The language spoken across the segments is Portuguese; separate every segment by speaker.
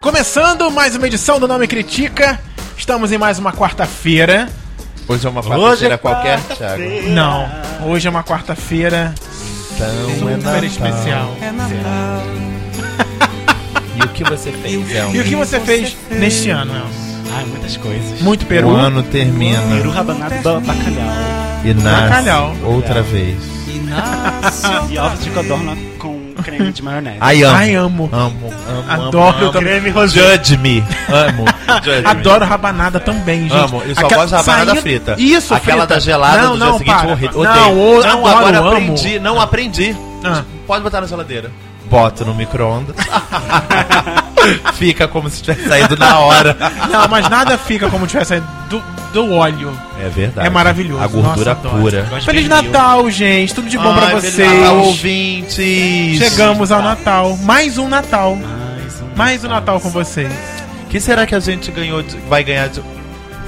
Speaker 1: começando mais uma edição do Nome Critica. Estamos em mais uma quarta-feira.
Speaker 2: Pois é uma quarta-feira
Speaker 3: é
Speaker 2: qualquer, Thiago.
Speaker 1: Não, hoje é uma quarta-feira
Speaker 2: Então é
Speaker 1: super
Speaker 2: Natal.
Speaker 1: especial.
Speaker 2: E o que você fez, Então,
Speaker 1: E o
Speaker 2: Elmo?
Speaker 1: que você fez neste ano, Elcio?
Speaker 3: Ai, muitas coisas.
Speaker 1: Muito
Speaker 2: O
Speaker 1: peru.
Speaker 2: ano termina
Speaker 3: Peru rabanado ba- bacalhau.
Speaker 2: e nasce
Speaker 1: Bacalhau.
Speaker 2: outra vez.
Speaker 3: Ah, E ovos de codorna com creme de maionese.
Speaker 2: Ai, amo.
Speaker 1: Ai, amo.
Speaker 2: Amo, amo,
Speaker 1: Adoro
Speaker 2: amo, amo.
Speaker 1: também.
Speaker 3: creme rosé.
Speaker 2: Judge me. Amo. Judge me.
Speaker 1: Adoro rabanada também, gente.
Speaker 2: Amo. Eu só gosto de rabanada frita.
Speaker 1: Isso,
Speaker 2: Aquela
Speaker 1: frita.
Speaker 2: da gelada
Speaker 1: não,
Speaker 2: do
Speaker 1: não,
Speaker 2: dia seguinte,
Speaker 1: para.
Speaker 2: horrível.
Speaker 1: Não,
Speaker 2: Odeio.
Speaker 1: o-
Speaker 2: não
Speaker 1: adoro,
Speaker 2: agora
Speaker 1: amo.
Speaker 2: aprendi. Não aprendi.
Speaker 1: Ah.
Speaker 2: Pode botar na geladeira. Bota no micro-ondas. Fica como se tivesse saído na hora.
Speaker 1: Ah, Não, mas nada fica como tivesse saído do, do óleo.
Speaker 2: É verdade.
Speaker 1: É maravilhoso.
Speaker 2: A gordura
Speaker 1: Nossa, adoro.
Speaker 2: pura.
Speaker 3: Gosto de
Speaker 1: Feliz
Speaker 3: pernil.
Speaker 1: Natal, gente. Tudo de bom pra
Speaker 2: Ai,
Speaker 1: vocês.
Speaker 2: Feliz Natal, ouvintes.
Speaker 1: Chegamos ao Natal. Mais um Natal.
Speaker 3: Mais um.
Speaker 1: Mais um Natal com vocês.
Speaker 2: O que será que a gente ganhou de- vai ganhar de.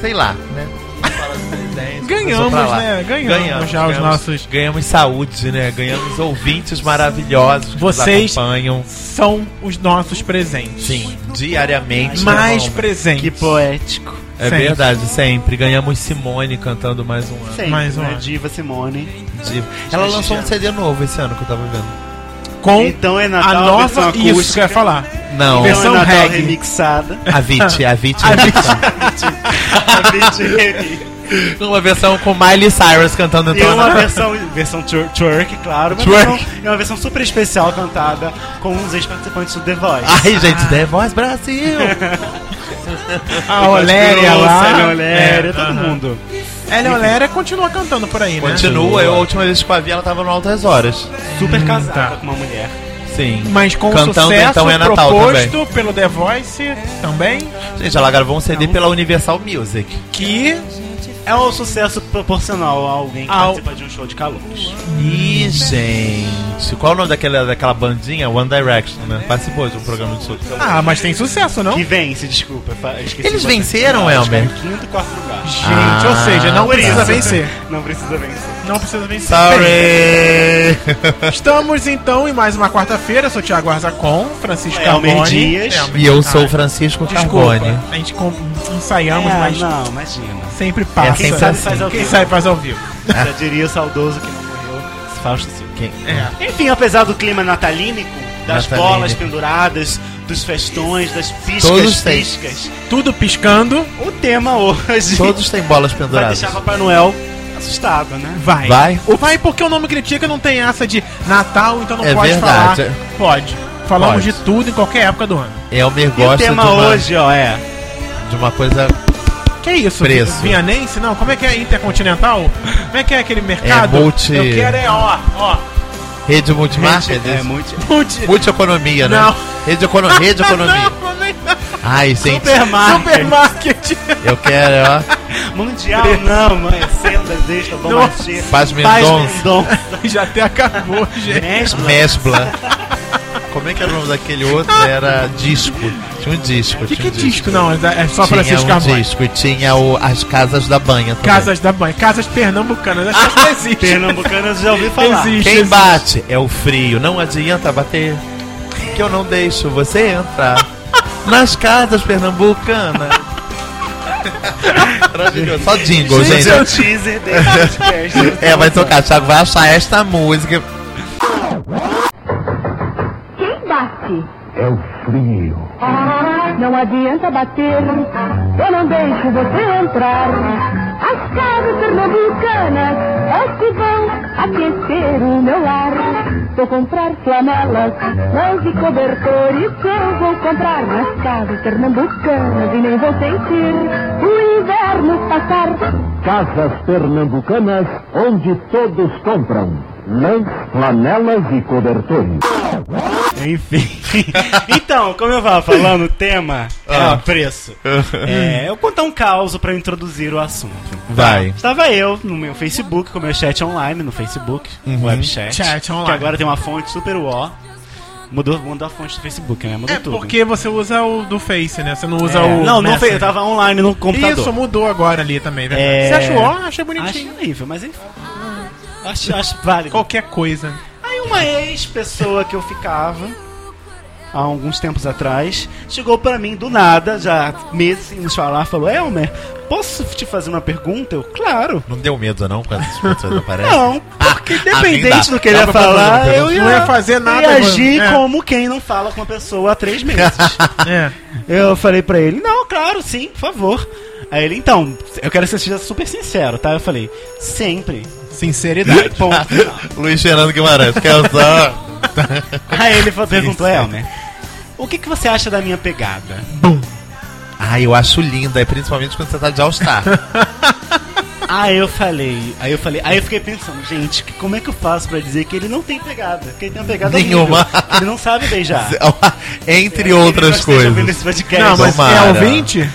Speaker 2: Sei lá, né?
Speaker 1: Ganhamos,
Speaker 2: Pra lá.
Speaker 1: né? Ganhamos, já os
Speaker 2: ganhamos-
Speaker 1: nossos.
Speaker 2: Ganhamos saúde, né? Ganhamos ouvintes maravilhosos que
Speaker 1: Vocês-
Speaker 2: nos acompanham.
Speaker 1: São os nossos presentes.
Speaker 2: Sim, diariamente.
Speaker 1: Mais
Speaker 2: Irmão,
Speaker 1: presentes.
Speaker 3: Que poético.
Speaker 2: É
Speaker 1: sempre.
Speaker 2: verdade, sempre. Ganhamos Simone cantando mais um ano.
Speaker 3: Sempre,
Speaker 1: Mais um
Speaker 3: né?
Speaker 1: ano.
Speaker 3: Diva Simone.
Speaker 2: de- Ela lançou um CD novo esse ano que eu tava vendo.
Speaker 1: Com
Speaker 3: Então é
Speaker 1: a
Speaker 3: Natal,
Speaker 1: nova.
Speaker 3: versão
Speaker 1: Isso que eu ia falar.
Speaker 2: Não,
Speaker 3: Então
Speaker 1: Versão
Speaker 3: é Natal
Speaker 1: reggae.
Speaker 3: remixada.
Speaker 2: a Vit, a é Vit.
Speaker 3: Beat remix.
Speaker 2: Uma versão com Miley Cyrus cantando
Speaker 3: e uma
Speaker 2: Antônio.
Speaker 3: versão, versão twer- twerk, claro. Mas
Speaker 2: Twerk.
Speaker 3: Versão, é uma versão super especial cantada com os ex-participantes do The Voice.
Speaker 2: Ai, gente, The Voice Brasil!
Speaker 1: A Ah, Oléria lá. É,
Speaker 3: Célia Oléria, todo
Speaker 1: aham.
Speaker 3: mundo.
Speaker 1: Ela Oléria continua cantando por aí, né?
Speaker 2: Continua, eu a última vez que eu a vi, ela tava no Altas Horas.
Speaker 3: Super casada
Speaker 1: tá.
Speaker 3: com uma mulher.
Speaker 2: Sim.
Speaker 1: Mas com o
Speaker 2: Cantando,
Speaker 1: sucesso
Speaker 2: então, é Natal
Speaker 1: proposto pelo The Voice também,
Speaker 2: Gente, ela gravou um CD pela Universal Music.
Speaker 1: que
Speaker 3: É um sucesso proporcional a alguém que
Speaker 1: Ao-
Speaker 3: participa de um show de calouros. Hum.
Speaker 2: Ih, gente. Qual o nome daquela, daquela bandinha? One Direction, né? Participou de um programa de sucesso.
Speaker 1: ah, mas tem sucesso, não?
Speaker 3: Que vence, desculpa. fa- Esqueci
Speaker 2: Eles
Speaker 3: de
Speaker 2: venceram,
Speaker 3: acho que é
Speaker 2: Elmer?
Speaker 3: Quinto, quarto lugar.
Speaker 1: Gente,
Speaker 2: Ah,
Speaker 1: ou seja, não
Speaker 3: Por
Speaker 1: precisa
Speaker 3: isso.
Speaker 1: vencer.
Speaker 3: Não precisa vencer.
Speaker 1: Não precisa vencer.
Speaker 2: Sorry!
Speaker 1: Bem, Estamos então em mais uma quarta-feira. Eu sou Thiago Arzacon, Francisco
Speaker 3: É,
Speaker 1: Carboni.
Speaker 3: Almer Dias.
Speaker 1: Almer-
Speaker 2: e eu sou
Speaker 1: Ah,
Speaker 2: o Francisco
Speaker 1: Desculpa,
Speaker 2: Carboni.
Speaker 1: a gente com- ensaiamos,
Speaker 3: É,
Speaker 1: mas
Speaker 3: Não, imagina.
Speaker 1: sempre passa.
Speaker 2: É, sempre assim.
Speaker 1: Quem sabe faz ao vivo.
Speaker 2: Ah.
Speaker 3: Já diria o saudoso que não morreu. Fausto Silva.
Speaker 2: Quem?
Speaker 1: É.
Speaker 3: Enfim, apesar do clima natalínico, das
Speaker 2: Natalínico.
Speaker 3: bolas penduradas, dos festões, das piscas,
Speaker 2: Todos têm.
Speaker 3: piscas,
Speaker 1: Tudo piscando,
Speaker 3: o tema hoje
Speaker 2: Todos têm bolas
Speaker 3: vai
Speaker 2: penduradas.
Speaker 3: deixar Papai Noel assustado, né?
Speaker 1: vai.
Speaker 2: Vai.
Speaker 1: O vai porque o nome critica não tem essa de Natal, então não
Speaker 2: É
Speaker 1: pode
Speaker 2: verdade.
Speaker 1: falar. Pode. Falamos
Speaker 2: Pode.
Speaker 1: de tudo em qualquer época do ano.
Speaker 2: Elmer
Speaker 3: E o
Speaker 2: gosta de
Speaker 3: tema
Speaker 2: uma,
Speaker 3: hoje, ó, é...
Speaker 2: de uma coisa.
Speaker 1: Que isso?
Speaker 2: Preço.
Speaker 1: Vianense? Não, como é que é Intercontinental? Como é que é aquele mercado?
Speaker 2: multi-
Speaker 1: Eu quero é ó, ó.
Speaker 2: Rede multimarca?
Speaker 3: é muito...
Speaker 1: Multi...
Speaker 2: Multieconomia, né?
Speaker 1: Não.
Speaker 2: Rede, econo... Rede economia.
Speaker 1: Não, nem-
Speaker 2: Ai, gente,
Speaker 3: Supermarket.
Speaker 1: Supermarket.
Speaker 2: eu quero, ó.
Speaker 3: Mundial não, mãe. Sendas, extra, bom
Speaker 1: Nossa.
Speaker 3: machê.
Speaker 2: Paz
Speaker 3: Paz
Speaker 2: Mendonça.
Speaker 3: Mendonça.
Speaker 1: Já até acabou, gente.
Speaker 3: Mesbla.
Speaker 2: Mesbla. Como é que era o nome daquele outro? Era disco. Tinha um disco.
Speaker 1: O que, que
Speaker 2: tinha
Speaker 1: é
Speaker 2: um
Speaker 1: disco? Não, é só
Speaker 2: Tinha
Speaker 1: Francisco
Speaker 2: um
Speaker 1: Carvalho.
Speaker 2: disco e tinha o, as casas da
Speaker 3: Tá
Speaker 2: banha também.
Speaker 1: Casas da Banha. Casas pernambucanas. Acho que não existe.
Speaker 3: Pernambucanas já ouvi falar.
Speaker 1: Existe.
Speaker 2: Quem bate é o frio, não adianta bater. Que eu não deixo você entrar nas casas pernambucanas. Maravilhoso. Só jingle,
Speaker 3: Esse é o
Speaker 2: gente.
Speaker 3: teaser desse podcast.
Speaker 2: É, vai tocar, Thiago vai achar esta música.
Speaker 4: Quem bate?
Speaker 5: É o frio.
Speaker 4: Não adianta bater, eu não deixo você entrar. As casas pernambucanas é que vão aquecer o meu ar. Vou comprar flanelas, mãos e cobertores. Eu vou comprar nas casas pernambucanas e nem vou sentir o inverno passar.
Speaker 5: Casas pernambucanas onde todos compram. Lãs, flanelas e cobertores.
Speaker 3: Enfim. Então, como eu tava falando, o tema
Speaker 2: Ah.
Speaker 3: é preço. É, eu contar um caos pra introduzir o assunto.
Speaker 2: Vai.
Speaker 3: Estava eu no meu Facebook, com o meu chat online no Facebook,
Speaker 2: Uhum.
Speaker 3: webchat.
Speaker 1: Chat online.
Speaker 3: Que agora tem uma fonte super UO. Mudou, mudou a fonte do Facebook, né? Mudou
Speaker 1: É
Speaker 3: tudo.
Speaker 1: porque você usa o do Face, né? Você não
Speaker 3: É,
Speaker 1: usa o.
Speaker 3: não, não
Speaker 1: Messenger.
Speaker 3: foi, eu tava online no computador.
Speaker 1: Isso, mudou agora ali também, verdade.
Speaker 3: É.
Speaker 1: Você achou? ó, achei
Speaker 3: Acho
Speaker 1: bonitinho.
Speaker 3: horrível, mas enfim. Acho, acho válido.
Speaker 1: Qualquer coisa.
Speaker 3: Aí uma ex-pessoa que eu ficava há alguns tempos atrás, chegou pra mim do nada, já há meses sem nos falar, falou: Elmer, posso te fazer uma pergunta? Eu, claro.
Speaker 2: Não deu medo, não, quando as pessoas aparecem?
Speaker 3: Não, porque
Speaker 2: É. Ah,
Speaker 3: independente
Speaker 2: nem dá.
Speaker 3: do
Speaker 2: Dá
Speaker 3: que ele ia
Speaker 2: pra fazer uma
Speaker 3: falar,
Speaker 2: pergunta.
Speaker 3: eu ia,
Speaker 1: Não ia fazer nada,
Speaker 3: ia agir
Speaker 1: mano. É.
Speaker 3: como quem não fala com uma pessoa há três meses.
Speaker 1: É.
Speaker 3: eu falei pra ele, não, claro, sim, por favor. Aí ele, então, eu quero que você seja super sincero, tá? Eu falei, sempre.
Speaker 1: Sinceridade.
Speaker 3: Ponto.
Speaker 2: Luiz Fernando Guimarães, quer usar?
Speaker 3: Aí ele falou- perguntou, Elmer, o que, que você acha da minha pegada?
Speaker 2: Ah, eu acho linda, é principalmente quando você tá de All-Star.
Speaker 3: Aí eu falei, aí eu falei, aí eu fiquei pensando, gente, que- como é que eu faço pra dizer que ele não tem pegada? Que ele tem uma pegada horrível,
Speaker 2: Nenhuma.
Speaker 3: que ele não sabe beijar.
Speaker 2: Entre
Speaker 3: Ele não
Speaker 2: outras
Speaker 3: esteja ouvindo
Speaker 2: coisas.
Speaker 3: esse podcast.
Speaker 1: Não, mas
Speaker 2: Tomara.
Speaker 1: é ouvinte,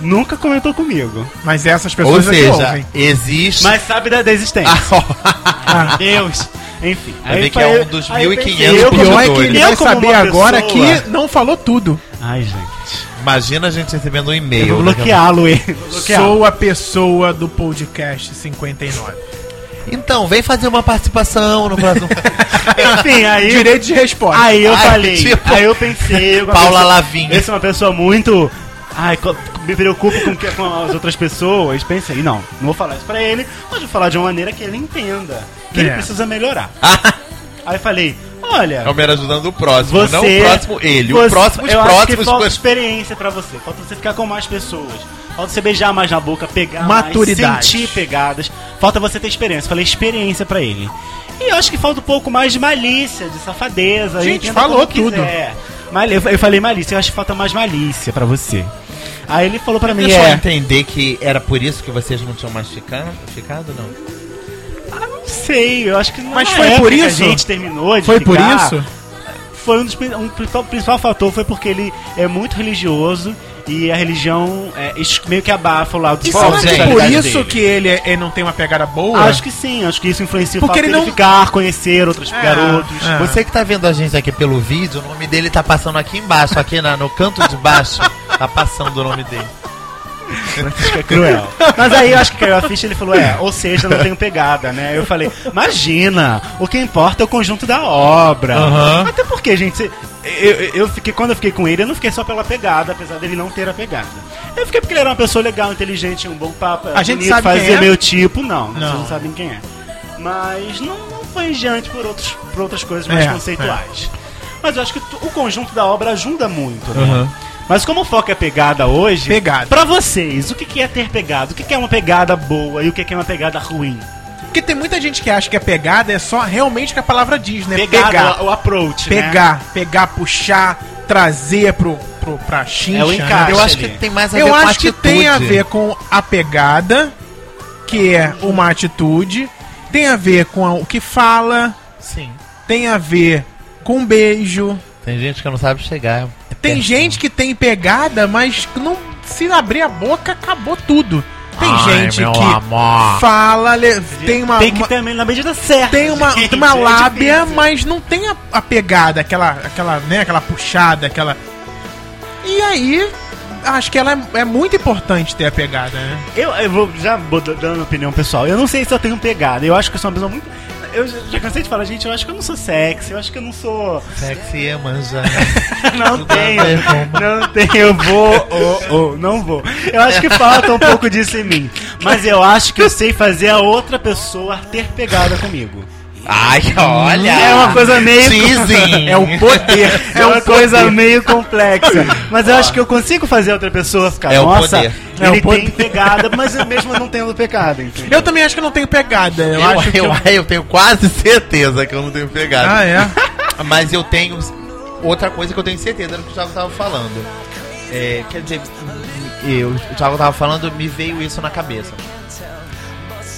Speaker 3: Nunca comentou comigo.
Speaker 1: mas essas
Speaker 2: Ou
Speaker 1: pessoas aqui
Speaker 2: seja,
Speaker 1: ouvem.
Speaker 2: existe.
Speaker 3: Mas sabe da, da existência. Ah, Deus. Enfim.
Speaker 2: Vai ver que é um dos
Speaker 3: aí eu
Speaker 2: 1.500
Speaker 3: pensei, eu
Speaker 1: O pior é
Speaker 2: como
Speaker 1: que ele vai
Speaker 3: eu como uma
Speaker 1: saber agora
Speaker 3: pessoa-
Speaker 1: que não falou tudo.
Speaker 3: Ai, gente.
Speaker 2: Imagina a gente recebendo um
Speaker 3: Eu
Speaker 2: e-mail.
Speaker 3: vou bloqueá-lo, hein?
Speaker 1: Sou a pessoa do podcast 59.
Speaker 2: Então, vem fazer uma participação no próximo.
Speaker 3: Enfim, aí...
Speaker 1: Direito de resposta.
Speaker 3: Aí eu
Speaker 2: Ai,
Speaker 3: falei,
Speaker 2: tipo-
Speaker 3: aí eu pensei... eu- uma
Speaker 2: Paula
Speaker 3: pessoa-
Speaker 2: Lavigne.
Speaker 3: Essa é uma pessoa muito... Ai, co- me preocupo com, o que- é com as outras pessoas. Pensei, não, não vou falar isso pra ele, mas vou falar de uma maneira que ele entenda. Que ele
Speaker 1: É.
Speaker 3: precisa melhorar. Aí falei, olha...
Speaker 2: É o mero ajudando o próximo,
Speaker 3: Você,
Speaker 2: não o próximo ele.
Speaker 3: você-
Speaker 2: o próximo os
Speaker 3: eu acho que
Speaker 2: próximos.
Speaker 3: falta
Speaker 2: com-
Speaker 3: experiência pra você. Falta você ficar com mais pessoas. Falta você beijar mais na boca, pegar mais,
Speaker 1: Maturidade.
Speaker 3: sentir pegadas. Falta você ter experiência. Falei experiência pra ele. E eu acho que falta um pouco mais de malícia, de safadeza.
Speaker 1: Gente,
Speaker 3: entenda
Speaker 1: falou
Speaker 3: como quiser. Mali- eu, eu falei malícia, eu acho que falta mais malícia pra você. Aí ele falou pra mim,
Speaker 2: Deixa eu
Speaker 3: é,
Speaker 2: entender que era por isso que vocês não tinham mais ficado, ficado não?
Speaker 3: ah, não sei, eu acho que não
Speaker 1: Mas foi por isso?
Speaker 3: a gente terminou de
Speaker 1: Foi por
Speaker 3: ficar,
Speaker 1: isso?
Speaker 3: foi um dos prin- um principal, principal fator foi porque ele é muito religioso e a religião é, es- meio que abafa o lado
Speaker 1: E
Speaker 2: Qual,
Speaker 1: será que
Speaker 2: gente?
Speaker 1: é por
Speaker 3: sexualidade
Speaker 1: isso
Speaker 3: dele.
Speaker 1: que ele, é, ele não tem uma pegada boa?
Speaker 3: Acho que sim, acho que isso influencia
Speaker 1: Porque
Speaker 3: o fato
Speaker 1: ele
Speaker 3: dele
Speaker 1: não-
Speaker 3: ficar, conhecer outros
Speaker 1: É,
Speaker 3: garotos.
Speaker 1: é.
Speaker 2: Você que tá vendo a gente aqui pelo vídeo, o nome dele tá passando aqui embaixo, aqui na- no canto de baixo. Tá passando o nome dele.
Speaker 3: Acho que é cruel. Mas aí eu acho que caiu a ficha e ele falou, é, ou seja, eu não tenho pegada, né? Eu falei, imagina, o que importa é o conjunto da obra.
Speaker 2: Aham.
Speaker 3: Até porque, gente, cê- eu, eu- eu fiquei, quando eu fiquei com ele, eu não fiquei só pela pegada, apesar dele não ter a pegada. Eu fiquei porque ele era uma pessoa legal, inteligente, um bom papo, era
Speaker 1: A gente sabe quem
Speaker 3: fazia
Speaker 1: é?
Speaker 3: meu tipo, não, não. vocês
Speaker 1: Não.
Speaker 3: não sabem quem é. Mas não, não foi em diante por, outros, por outras coisas mais
Speaker 1: É,
Speaker 3: conceituais. Mas eu acho que tu- o conjunto da obra ajuda muito, né? Mas como o foco é pegada hoje,
Speaker 1: Pegada.
Speaker 3: pra vocês, o que que é ter pegada? O que que é uma pegada boa e o que que é uma pegada ruim?
Speaker 1: Porque tem muita gente que acha que a pegada é só realmente o que a palavra diz, né?
Speaker 3: Pegada,
Speaker 1: pegar.
Speaker 3: o, o approach, né?
Speaker 1: Pegar, pegar, puxar, trazer pro, pro, pra chincha.
Speaker 3: É o
Speaker 1: né?
Speaker 3: encaixe.
Speaker 2: Eu acho que
Speaker 3: ali.
Speaker 2: tem mais a ver
Speaker 1: Eu
Speaker 2: com a
Speaker 1: acho que tem a
Speaker 2: atitude.
Speaker 1: ver com a pegada, que é uma atitude, tem a ver com o que fala,
Speaker 2: Sim.
Speaker 1: tem a ver com um beijo.
Speaker 2: Tem gente que não sabe chegar.
Speaker 1: Tem gente que tem pegada, mas que não se abrir a boca acabou tudo. Tem gente que
Speaker 2: Amor.
Speaker 1: fala, le- tem uma,
Speaker 3: Tem que
Speaker 1: uma-
Speaker 3: também na medida certa.
Speaker 1: tem uma,
Speaker 3: gente,
Speaker 1: uma
Speaker 3: é
Speaker 1: lábia,
Speaker 3: difícil.
Speaker 1: mas não tem a, a pegada, aquela, aquela, né, aquela puxada, aquela. E aí, acho que ela é, é muito importante ter a pegada, né?
Speaker 3: Eu, eu vou já vou da- dando opinião pessoal. Eu não sei se eu tenho pegada. Eu acho que eu sou uma pessoa muito. Eu já já cansei de falar, gente, eu acho que eu não sou sexy, eu acho que eu não sou.
Speaker 2: Sexy é manja.
Speaker 3: Não tenho,
Speaker 1: né?
Speaker 3: não tenho, eu vou, oh, oh, não vou. Eu acho que falta um pouco disso em mim. Mas eu acho que eu sei fazer a outra pessoa ter pegada comigo.
Speaker 2: Ai, olha.
Speaker 1: Ah,
Speaker 3: É uma coisa meio.
Speaker 2: Dizem.
Speaker 1: É o poder.
Speaker 3: É uma coisa meio complexa. Mas eu acho que eu consigo fazer a outra pessoa ficar.
Speaker 2: É o
Speaker 3: Nossa,
Speaker 2: poder.
Speaker 3: ele
Speaker 1: É o
Speaker 3: tem
Speaker 1: poder."
Speaker 3: pegada, mas eu mesmo não tendo pecado, entendeu?
Speaker 1: Eu também acho que eu não tenho pegada. Eu,
Speaker 2: Eu,
Speaker 1: acho que.
Speaker 2: eu-
Speaker 1: eu-
Speaker 2: eu tenho quase certeza que eu não tenho pegado.
Speaker 1: Ah, é?
Speaker 2: Mas eu tenho outra coisa que eu tenho certeza do que o Thiago tava falando. É, quer dizer, eu, o Thiago tava falando, me veio isso na cabeça.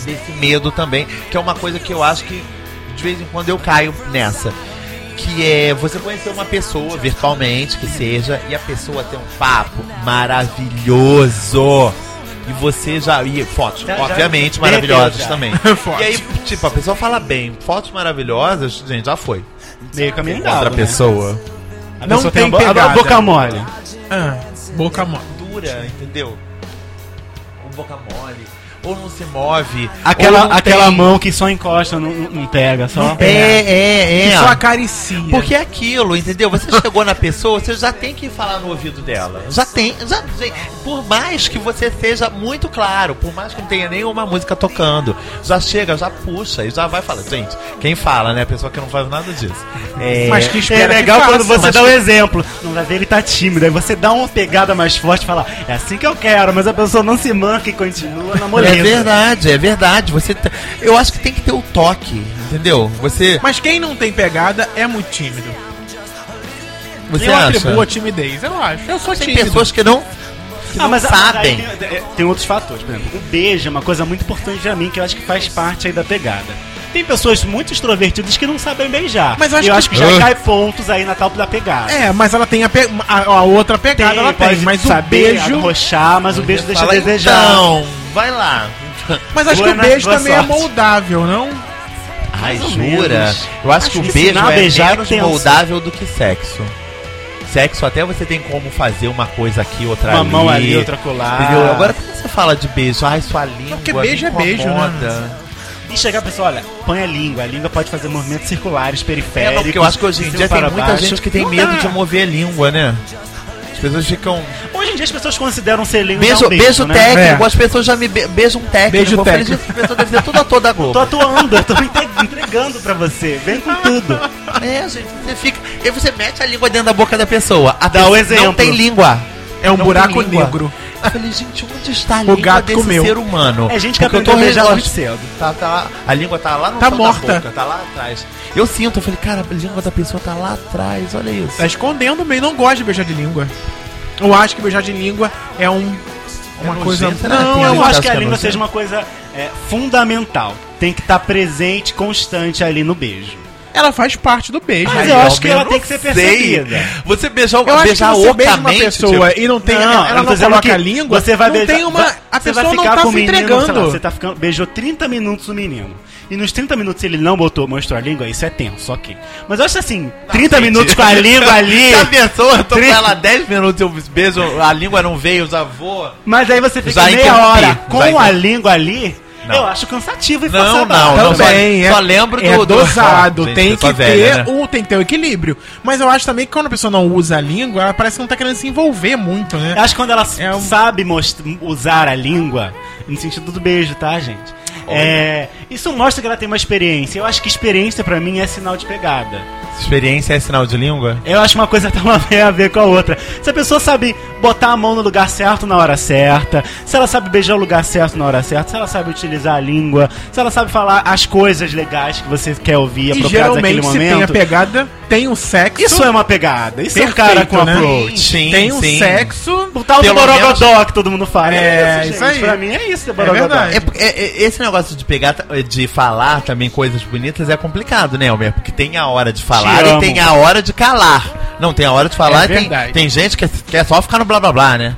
Speaker 2: Desse medo também, que é uma coisa que eu acho que de vez em quando eu caio nessa. Que é você conhecer uma pessoa virtualmente, que seja, e a pessoa ter um papo maravilhoso. E você já. E fotos,
Speaker 3: Já- já
Speaker 2: obviamente,
Speaker 3: derreteu
Speaker 2: maravilhosas
Speaker 3: já.
Speaker 2: também.
Speaker 1: Fotos.
Speaker 2: E aí, tipo, a pessoa fala bem, fotos maravilhosas, gente, já foi.
Speaker 3: Meio caminho andado,
Speaker 2: Outra
Speaker 3: né?
Speaker 2: pessoa.
Speaker 3: A
Speaker 1: é assim. Não
Speaker 3: pessoa
Speaker 1: tem
Speaker 3: a bo- a,
Speaker 1: pegada.
Speaker 3: boca mole.
Speaker 1: Ah, boca mole.
Speaker 2: dura, entendeu? O boca mole. ou não se move.
Speaker 3: Aquela,
Speaker 2: ou não
Speaker 3: aquela
Speaker 2: tem-
Speaker 3: mão que só encosta, não, não pega, só.
Speaker 2: É, é,
Speaker 1: Que
Speaker 2: é.
Speaker 1: só acaricia.
Speaker 2: Porque é aquilo, entendeu? Você chegou na pessoa, você já tem que falar no ouvido dela. Já tem, já, gente, por mais que você seja muito claro, por mais que não tenha nenhuma música tocando, já chega, já puxa e já vai falar. Gente, quem fala, né? A pessoa que não faz nada disso. É,
Speaker 1: Mas que espera
Speaker 3: É legal
Speaker 1: que
Speaker 3: quando
Speaker 1: faça,
Speaker 3: você
Speaker 1: mas
Speaker 3: dá um
Speaker 1: que-
Speaker 3: exemplo. Não vai ver, ele tá tímido. Aí você dá uma pegada mais forte e fala, é assim que eu quero, mas a pessoa não se manca e continua na moleza.
Speaker 2: É verdade, é verdade. Você, t- eu acho que tem que ter o toque, entendeu? Você,
Speaker 1: Mas quem não tem pegada é muito tímido.
Speaker 2: você
Speaker 1: eu
Speaker 2: acha?
Speaker 1: atribuo a timidez, eu acho. Eu sou
Speaker 2: Tem pessoas que não, que
Speaker 3: Ah,
Speaker 2: não
Speaker 3: mas
Speaker 2: sabem.
Speaker 3: sabem. Tem, é, tem outros fatores, por exemplo, o beijo é uma coisa muito importante pra mim, que eu acho que faz parte aí da pegada. Tem pessoas muito extrovertidas que não sabem beijar.
Speaker 1: Mas eu acho
Speaker 3: E eu
Speaker 1: que-
Speaker 3: acho que já
Speaker 2: Ah.
Speaker 3: cai pontos aí na tal da pegada.
Speaker 1: É, mas ela tem a, pe- a- a outra pegada, ela tem,
Speaker 3: pode
Speaker 1: mas o
Speaker 3: saber
Speaker 1: beijo.
Speaker 3: arrochar, mas o beijo deixa a
Speaker 2: Fala,
Speaker 3: desejar.
Speaker 2: Então, vai lá.
Speaker 1: Mas acho
Speaker 3: Boa
Speaker 1: que o
Speaker 3: na-
Speaker 1: beijo
Speaker 3: boa
Speaker 1: também é
Speaker 3: sorte.
Speaker 1: moldável, não?
Speaker 2: Ai,
Speaker 3: Mais ou
Speaker 2: jura?
Speaker 3: menos.
Speaker 2: Eu acho,
Speaker 3: Acho
Speaker 2: que o
Speaker 3: que
Speaker 2: beijo
Speaker 3: ensinar a
Speaker 2: é
Speaker 3: beijar é
Speaker 2: menos
Speaker 3: tenso.
Speaker 2: moldável do que sexo. Sexo até você tem como fazer uma coisa aqui, outra
Speaker 3: Uma
Speaker 2: ali. Ah.
Speaker 3: mão ali, outra colar.
Speaker 2: Entendeu? Agora quando você fala de beijo, ai, sua língua.
Speaker 1: porque beijo é beijo, né?
Speaker 3: E chegar a pessoa, olha, põe a língua. A língua pode fazer movimentos circulares,
Speaker 2: É,
Speaker 3: periféricos.
Speaker 2: não, porque eu acho que hoje
Speaker 3: de
Speaker 2: em
Speaker 3: cima
Speaker 2: dia tem
Speaker 3: para
Speaker 2: muita
Speaker 3: baixo.
Speaker 2: gente que tem
Speaker 3: Não
Speaker 2: medo
Speaker 3: dá.
Speaker 2: de mover a língua, né? As pessoas ficam.
Speaker 3: Hoje em dia as pessoas consideram ser língua
Speaker 2: Beijo,
Speaker 3: dar um
Speaker 2: beijo,
Speaker 3: né?
Speaker 2: técnico, as pessoas já me be beijam técnico.
Speaker 1: Beijo
Speaker 2: eu falei,
Speaker 1: técnico.
Speaker 2: gente, a pessoa deve ser toda toda a Globo.
Speaker 3: Tô atuando, eu tô me entre- entregando pra você. Vem com tudo.
Speaker 2: É, gente, você fica. E você mete a língua dentro da boca da pessoa. A
Speaker 3: Dá o
Speaker 2: pessoa
Speaker 3: exemplo.
Speaker 2: Não tem língua.
Speaker 1: É um
Speaker 2: Não
Speaker 1: buraco
Speaker 2: tem língua.
Speaker 1: negro.
Speaker 2: Eu falei, gente, onde está a língua
Speaker 1: gato
Speaker 2: desse
Speaker 1: comeu.
Speaker 2: ser humano?
Speaker 3: É gente que
Speaker 2: Porque eu
Speaker 3: aprendeu
Speaker 2: tô
Speaker 3: a beijar
Speaker 2: relógio.
Speaker 3: muito cedo.
Speaker 2: Tá, tá lá- a língua tá lá no
Speaker 1: Tá
Speaker 2: fundo da
Speaker 1: morta.
Speaker 2: boca, tá lá atrás. Eu sinto, eu falei, cara, a língua da pessoa tá lá atrás, olha isso.
Speaker 1: Tá escondendo meio, não gosta de beijar de língua. Eu acho que beijar de língua é um.
Speaker 2: É
Speaker 1: Uma
Speaker 2: nojento,
Speaker 1: coisa.
Speaker 2: né?
Speaker 1: Não,
Speaker 2: Tem
Speaker 1: eu
Speaker 3: Então, Eu
Speaker 2: gente
Speaker 1: acho.
Speaker 3: acho que a
Speaker 2: que é
Speaker 3: língua
Speaker 2: nojento.
Speaker 3: seja uma coisa é, fundamental. Tem que estar presente, constante ali no beijo.
Speaker 1: Ela faz parte do beijo.
Speaker 3: Mas
Speaker 1: né?
Speaker 3: eu
Speaker 2: Aí,
Speaker 3: acho
Speaker 2: ó,
Speaker 3: que ela
Speaker 2: não
Speaker 3: tem que ser
Speaker 2: sei.
Speaker 3: percebida.
Speaker 2: Você beijar,
Speaker 1: Eu acho que
Speaker 2: beijar
Speaker 1: você beija uma
Speaker 2: ocamente,
Speaker 1: pessoa
Speaker 2: tipo,
Speaker 1: e não tem.
Speaker 3: eu tô
Speaker 1: ela não
Speaker 3: dizendo
Speaker 1: coloca
Speaker 3: que
Speaker 1: a língua.
Speaker 3: Você vai
Speaker 1: não
Speaker 3: beijar,
Speaker 1: tem uma.
Speaker 3: vai-
Speaker 1: A
Speaker 3: você
Speaker 1: pessoa
Speaker 3: vai
Speaker 1: não
Speaker 3: ficar
Speaker 1: tá
Speaker 3: com
Speaker 1: se
Speaker 3: o menino, sei lá,
Speaker 1: entregando.
Speaker 3: você tá ficando, beijou 30 minutos o menino. E nos 30 minutos ele não botou, mostrou a língua, isso é tenso, ok. Mas eu acho assim, 30
Speaker 2: gente.
Speaker 3: minutos com a língua ali.
Speaker 2: Já pensou? Eu tô com
Speaker 3: Tri-
Speaker 2: ela há 10 minutos, eu beijo, a língua não veio, já vou.
Speaker 3: Mas aí você fica
Speaker 2: Já
Speaker 3: meia
Speaker 2: interrompi,
Speaker 3: hora
Speaker 2: já
Speaker 3: com a
Speaker 2: interrompi.
Speaker 3: língua ali.
Speaker 2: Não.
Speaker 3: Eu acho cansativo e Então,
Speaker 2: Não,
Speaker 3: forçado.
Speaker 2: não, não. só-
Speaker 1: Também,
Speaker 2: só
Speaker 1: é-
Speaker 2: lembro
Speaker 1: é
Speaker 2: do- do-
Speaker 1: dosado,
Speaker 2: Ah, gente,
Speaker 1: tem,
Speaker 2: pessoa
Speaker 1: que
Speaker 2: velha,
Speaker 1: ter
Speaker 2: né?
Speaker 1: o, tem que ter o equilíbrio. Mas eu acho também que quando a pessoa não usa a língua, ela parece que não tá querendo se envolver muito, né?
Speaker 3: Eu acho que quando ela
Speaker 1: É um-
Speaker 3: sabe most- usar a língua, no sentido do beijo, tá, gente? É, isso mostra que ela tem uma experiência. Eu acho que experiência pra mim é sinal de pegada.
Speaker 2: Experiência é sinal de língua?
Speaker 3: Eu acho uma coisa tem uma a ver com a outra. Se a pessoa sabe botar a mão no lugar certo na hora certa, se ela sabe beijar o lugar certo na hora certa, se ela sabe utilizar a língua, se ela sabe falar as coisas legais que você quer
Speaker 2: é
Speaker 3: ouvir
Speaker 1: E
Speaker 3: apropriadas naquele
Speaker 1: geralmente se tem a
Speaker 3: momento.
Speaker 1: pegada, tem o sexo.
Speaker 3: Isso é uma pegada. Isso
Speaker 1: Perfeito,
Speaker 3: é um cara com
Speaker 1: né?
Speaker 3: approach.
Speaker 2: Sim,
Speaker 1: tem o
Speaker 2: sim.
Speaker 1: sexo.
Speaker 3: O tal do
Speaker 2: Pelo
Speaker 3: borogodó que todo mundo fala.
Speaker 1: É, isso aí.
Speaker 3: Pra mim é isso, do
Speaker 1: É
Speaker 3: borogodó.
Speaker 1: verdade.
Speaker 2: É porque, é, é, esse negócio de pegar, de falar também coisas bonitas é complicado, né, Elmer? Porque tem a hora de falar
Speaker 3: Te
Speaker 2: e
Speaker 3: amo.
Speaker 2: tem a hora de calar. Não, tem a hora de falar
Speaker 1: É
Speaker 2: e tem,
Speaker 1: verdade.
Speaker 2: tem gente que quer só ficar no blá blá blá, né?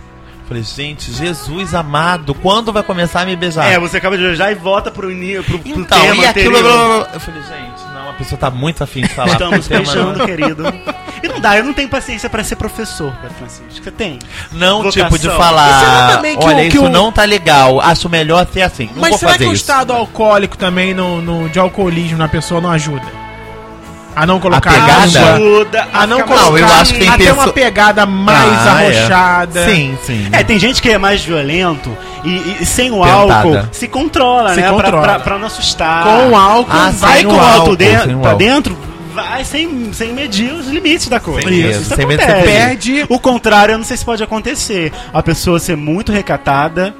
Speaker 2: Falei, gente, Jesus amado, quando vai começar a me beijar?
Speaker 3: É, você acaba de beijar e volta pro, ini- pro, pro
Speaker 2: Tá. então,
Speaker 3: tema
Speaker 2: e aquilo.
Speaker 3: anterior.
Speaker 2: blá, blá, blá, blá. Eu falei, gente, não, a pessoa tá muito afim de falar.
Speaker 3: Estamos
Speaker 2: Tema,
Speaker 3: beijando,
Speaker 2: não.
Speaker 3: querido. E não dá, eu não tenho paciência pra ser professor, Beto Francisco. Você tem?
Speaker 2: Não,
Speaker 3: Vocação.
Speaker 2: tipo, de
Speaker 1: E será
Speaker 2: falar.
Speaker 1: também que
Speaker 2: Olha,
Speaker 1: é o- que
Speaker 2: isso
Speaker 1: o-
Speaker 2: não tá legal. Acho melhor ser assim. Não
Speaker 1: Mas
Speaker 2: vou
Speaker 1: será
Speaker 2: fazer
Speaker 1: que o
Speaker 2: isso.
Speaker 1: estado alcoólico também no, no- de alcoolismo na pessoa não ajuda? A não colocar
Speaker 2: A pegada?
Speaker 1: água,
Speaker 3: Ajuda
Speaker 1: A não
Speaker 3: ficar
Speaker 1: colocar.
Speaker 2: Ah, Não, eu acho que tem
Speaker 1: a ter uma
Speaker 2: pessoa-
Speaker 1: pegada mais
Speaker 2: Ah, é.
Speaker 1: arrochada.
Speaker 2: Sim, sim.
Speaker 3: É, tem gente que é mais violento e, e sem o
Speaker 2: Tentada.
Speaker 3: álcool se controla,
Speaker 1: Se
Speaker 3: né?
Speaker 1: controla.
Speaker 3: Pra, pra, pra não assustar.
Speaker 1: Com o álcool,
Speaker 2: Ah,
Speaker 3: vai
Speaker 2: sem
Speaker 3: com
Speaker 2: o
Speaker 3: o álcool,
Speaker 2: álcool,
Speaker 3: de-
Speaker 2: sem o
Speaker 3: pra
Speaker 2: álcool.
Speaker 3: dentro, vai sem, sem medir os limites da coisa.
Speaker 2: Sem medo, sem medo,
Speaker 3: acontece.
Speaker 2: você
Speaker 1: perde.
Speaker 3: O contrário, eu não sei se pode acontecer. A pessoa ser muito recatada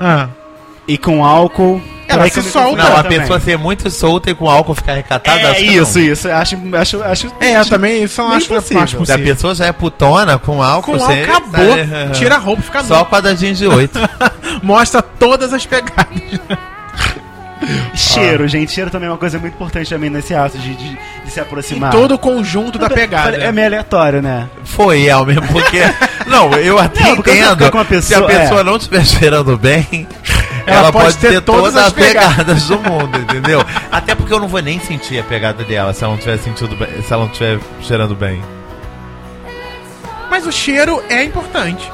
Speaker 1: Ah.
Speaker 3: e com álcool.
Speaker 1: Ela
Speaker 3: Aí
Speaker 1: se
Speaker 3: que eu me
Speaker 1: solta.
Speaker 3: confundo
Speaker 2: Não, a
Speaker 3: também.
Speaker 2: pessoa ser muito solta e com álcool ficar recatada.
Speaker 3: É
Speaker 2: acho que não.
Speaker 3: isso, isso. Acho, acho, acho.
Speaker 1: É, eu também isso eu
Speaker 3: Meio
Speaker 1: acho,
Speaker 3: possível.
Speaker 1: acho
Speaker 2: Se a
Speaker 1: possível.
Speaker 2: pessoa já é putona com álcool,
Speaker 1: Com
Speaker 2: você-
Speaker 1: álcool acabou,
Speaker 2: É.
Speaker 1: tira a roupa e fica
Speaker 2: Só
Speaker 1: Só...
Speaker 2: com a da Jean de 8.
Speaker 1: Mostra todas as pegadas.
Speaker 3: Cheiro, gente. Cheiro também é uma coisa muito importante também nesse ato de, de, de se aproximar.
Speaker 1: Todo o conjunto da pegada.
Speaker 3: É meio aleatório, né?
Speaker 2: Foi, Elmer, porque. Não, eu até
Speaker 3: Não, porque você
Speaker 2: entendo.
Speaker 3: fica com a
Speaker 2: se
Speaker 3: pessoa-
Speaker 2: a pessoa
Speaker 3: é.
Speaker 2: não estiver cheirando bem,
Speaker 1: Ela
Speaker 2: ela,
Speaker 1: pode
Speaker 2: pode,
Speaker 1: ter
Speaker 2: ter,
Speaker 1: todas
Speaker 2: todas
Speaker 1: as
Speaker 2: as pegadas do mundo, entendeu? Até porque eu não vou nem sentir a pegada dela se ela não tiver sentido bem- se ela não estiver cheirando bem.
Speaker 1: Mas o cheiro é importante.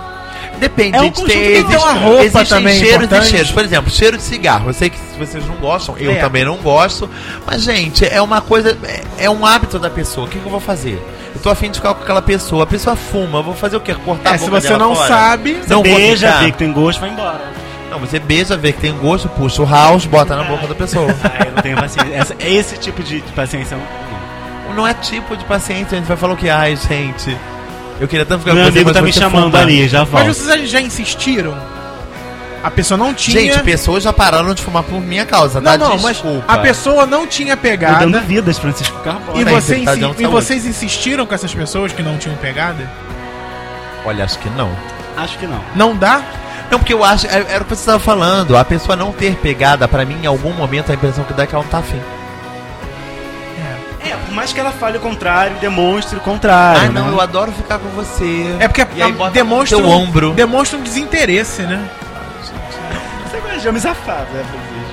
Speaker 2: Depende,
Speaker 3: É um
Speaker 2: gente.
Speaker 3: conjunto
Speaker 2: Tem,
Speaker 3: que
Speaker 2: existe,
Speaker 1: tem uma roupa
Speaker 2: existem
Speaker 1: também
Speaker 2: cheiros
Speaker 1: importante.
Speaker 2: e cheiros. Por exemplo, cheiro de cigarro. Eu sei que vocês não gostam, eu
Speaker 1: É.
Speaker 2: também não gosto. Mas, gente, é uma coisa. É, é um hábito da pessoa. O que, que eu vou fazer? Eu tô afim de ficar com aquela pessoa. A pessoa fuma. eu Vou fazer o quê? Cortar a
Speaker 1: É, se
Speaker 2: boca
Speaker 1: você
Speaker 2: dela
Speaker 1: não
Speaker 2: Tá fora?
Speaker 1: sabe,
Speaker 2: Não vou
Speaker 3: Beija,
Speaker 2: ficar.
Speaker 3: vê que tem gosto, vai embora.
Speaker 2: Não, você beija, vê que tem gosto, puxa o house, bota na boca da pessoa.
Speaker 3: Ah, eu não tenho paciência. Essa- esse tipo de, de paciência eu não
Speaker 2: Não é tipo de paciente, a gente vai falar o que? Ai, gente, eu queria tanto ficar
Speaker 3: Meu
Speaker 2: você,
Speaker 3: amigo
Speaker 2: mas
Speaker 3: tá
Speaker 2: vou
Speaker 3: me
Speaker 2: te
Speaker 3: chamando
Speaker 2: fumar.
Speaker 3: ali, já
Speaker 1: Mas
Speaker 3: volto.
Speaker 1: vocês já insistiram? A pessoa não tinha.
Speaker 2: Gente, pessoas já pararam de fumar por minha causa,
Speaker 1: não,
Speaker 2: tá?
Speaker 1: não, mas
Speaker 2: Desculpa.
Speaker 1: a pessoa não tinha
Speaker 3: Mudando
Speaker 1: pegada.
Speaker 3: vidas, Francisco Carbono.
Speaker 1: E,
Speaker 2: Tá
Speaker 1: você
Speaker 2: aí, tá
Speaker 1: insi-
Speaker 2: dando
Speaker 1: e
Speaker 2: saúde.
Speaker 1: vocês insistiram com essas pessoas que não tinham pegada?
Speaker 2: Olha, acho que não.
Speaker 3: Acho que não.
Speaker 1: Não dá?
Speaker 2: Não, porque eu acho, é- era o que você tava falando, a pessoa não ter pegada, pra mim, em algum momento, a impressão que dá é que ela não tá afim.
Speaker 3: É, por mais que ela fale o contrário, demonstre o contrário.
Speaker 2: Ai, Ah, não,
Speaker 3: né?
Speaker 2: eu adoro ficar com você.
Speaker 1: Ah, É porque
Speaker 2: E aí bota
Speaker 1: demonstra,
Speaker 2: no teu
Speaker 1: um-
Speaker 2: ombro.
Speaker 1: demonstra um desinteresse, né?
Speaker 3: Você imagina me safado, né, Francisco?